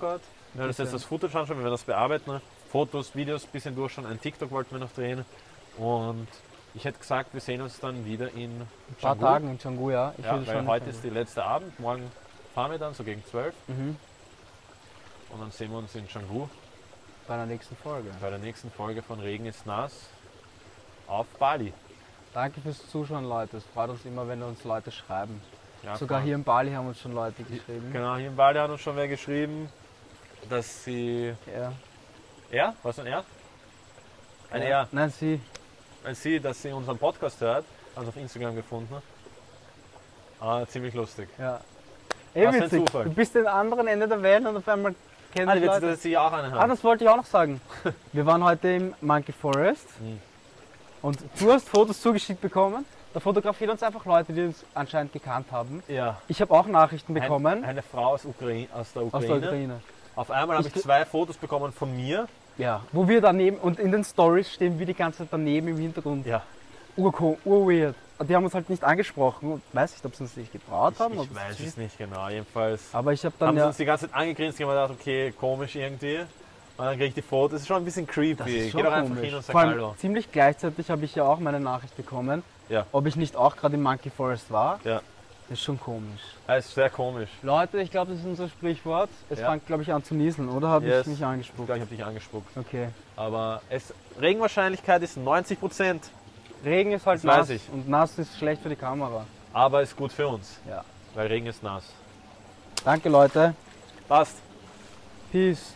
[SPEAKER 1] Wir werden uns
[SPEAKER 2] Bisschen.
[SPEAKER 1] jetzt das Footage anschauen, wir werden das bearbeiten. Fotos, Videos, bisschen durchschauen. Ein TikTok wollten wir noch drehen. Und ich hätte gesagt, wir sehen uns dann wieder in
[SPEAKER 2] ein paar
[SPEAKER 1] Canggu.
[SPEAKER 2] Tagen in Django, ja. Ich
[SPEAKER 1] Ja,
[SPEAKER 2] würde
[SPEAKER 1] weil
[SPEAKER 2] schon
[SPEAKER 1] heute ist der letzte Abend, morgen fahren wir dann so gegen 12
[SPEAKER 2] Mhm.
[SPEAKER 1] und dann sehen wir uns in Canggu
[SPEAKER 2] Bei der nächsten Folge.
[SPEAKER 1] bei der nächsten Folge von Regen ist nass auf Bali.
[SPEAKER 2] Danke fürs Zuschauen, Leute. Es freut uns immer, wenn uns Leute schreiben.
[SPEAKER 1] Ja,
[SPEAKER 2] Sogar
[SPEAKER 1] voll.
[SPEAKER 2] hier in Bali haben uns schon Leute geschrieben.
[SPEAKER 1] Genau, hier in Bali hat uns schon wer geschrieben, dass sie.
[SPEAKER 2] Ja.
[SPEAKER 1] Er? Was ein er? Ein
[SPEAKER 2] ja.
[SPEAKER 1] er.
[SPEAKER 2] Nein, sie.
[SPEAKER 1] Ein sie, dass sie unseren Podcast hört, also auf Instagram gefunden. Ah, ziemlich lustig.
[SPEAKER 2] Ja. Eh
[SPEAKER 1] Was für ein
[SPEAKER 2] witzig.
[SPEAKER 1] Zufall.
[SPEAKER 2] Du bist am anderen Ende der Welt und auf einmal kennen
[SPEAKER 1] Ah,
[SPEAKER 2] die
[SPEAKER 1] die wird
[SPEAKER 2] Leute.
[SPEAKER 1] dass sie auch eine
[SPEAKER 2] Ah,
[SPEAKER 1] haben.
[SPEAKER 2] das wollte ich auch
[SPEAKER 1] (laughs)
[SPEAKER 2] noch sagen. Wir waren heute im Monkey Forest
[SPEAKER 1] Mhm.
[SPEAKER 2] und du hast Fotos zugeschickt bekommen. Da fotografieren uns einfach Leute, die uns anscheinend gekannt haben.
[SPEAKER 1] ja.
[SPEAKER 2] Ich habe auch Nachrichten
[SPEAKER 1] Ein-
[SPEAKER 2] bekommen
[SPEAKER 1] Eine Frau aus, Ukraine, aus, der,
[SPEAKER 2] aus
[SPEAKER 1] Ukraine.
[SPEAKER 2] der Ukraine.
[SPEAKER 1] Auf einmal habe
[SPEAKER 2] Ich
[SPEAKER 1] ich
[SPEAKER 2] gl-
[SPEAKER 1] zwei Fotos bekommen von mir.
[SPEAKER 2] Ja, wo wir daneben und in den Stories stehen wir die ganze Zeit daneben im Hintergrund.
[SPEAKER 1] Ja,
[SPEAKER 2] Urko, urweird. Die haben uns halt nicht angesprochen. und Weiß nicht, ob sie uns nicht getraut
[SPEAKER 1] Ich,
[SPEAKER 2] haben.
[SPEAKER 1] ich
[SPEAKER 2] ob das-
[SPEAKER 1] weiß es nicht genau. Jedenfalls
[SPEAKER 2] Aber ich habe dann
[SPEAKER 1] haben sie
[SPEAKER 2] ja.
[SPEAKER 1] uns die ganze Zeit angegrinst. Ich habe mir gedacht, okay, komisch irgendwie. Und dann kriege ich die Fotos. Das ist schon ein bisschen creepy.
[SPEAKER 2] Das ist
[SPEAKER 1] Geh
[SPEAKER 2] schon
[SPEAKER 1] doch einfach
[SPEAKER 2] komisch.
[SPEAKER 1] hin und sag
[SPEAKER 2] Vor allem
[SPEAKER 1] Hallo.
[SPEAKER 2] ziemlich gleichzeitig habe ich ja auch meine Nachricht bekommen,
[SPEAKER 1] Ja.
[SPEAKER 2] ob ich nicht auch gerade im Monkey Forest war.
[SPEAKER 1] Ja,
[SPEAKER 2] Das ist schon komisch.
[SPEAKER 1] das ist sehr komisch.
[SPEAKER 2] Leute, ich glaube, das ist unser Sprichwort. Es
[SPEAKER 1] Ja.
[SPEAKER 2] fängt, glaube ich, an zu nieseln, oder? Habe
[SPEAKER 1] Yes.
[SPEAKER 2] ich mich
[SPEAKER 1] Ich
[SPEAKER 2] angespuckt?
[SPEAKER 1] glaube, ich habe dich angespuckt.
[SPEAKER 2] Okay.
[SPEAKER 1] Aber es, Regenwahrscheinlichkeit ist 90 Prozent,
[SPEAKER 2] Regen ist halt
[SPEAKER 1] Das
[SPEAKER 2] nass
[SPEAKER 1] weiß ich.
[SPEAKER 2] und nass ist schlecht für die Kamera.
[SPEAKER 1] aber ist gut für uns,
[SPEAKER 2] Ja.
[SPEAKER 1] weil Regen ist nass.
[SPEAKER 2] Danke, Leute.
[SPEAKER 1] Passt.
[SPEAKER 2] Peace.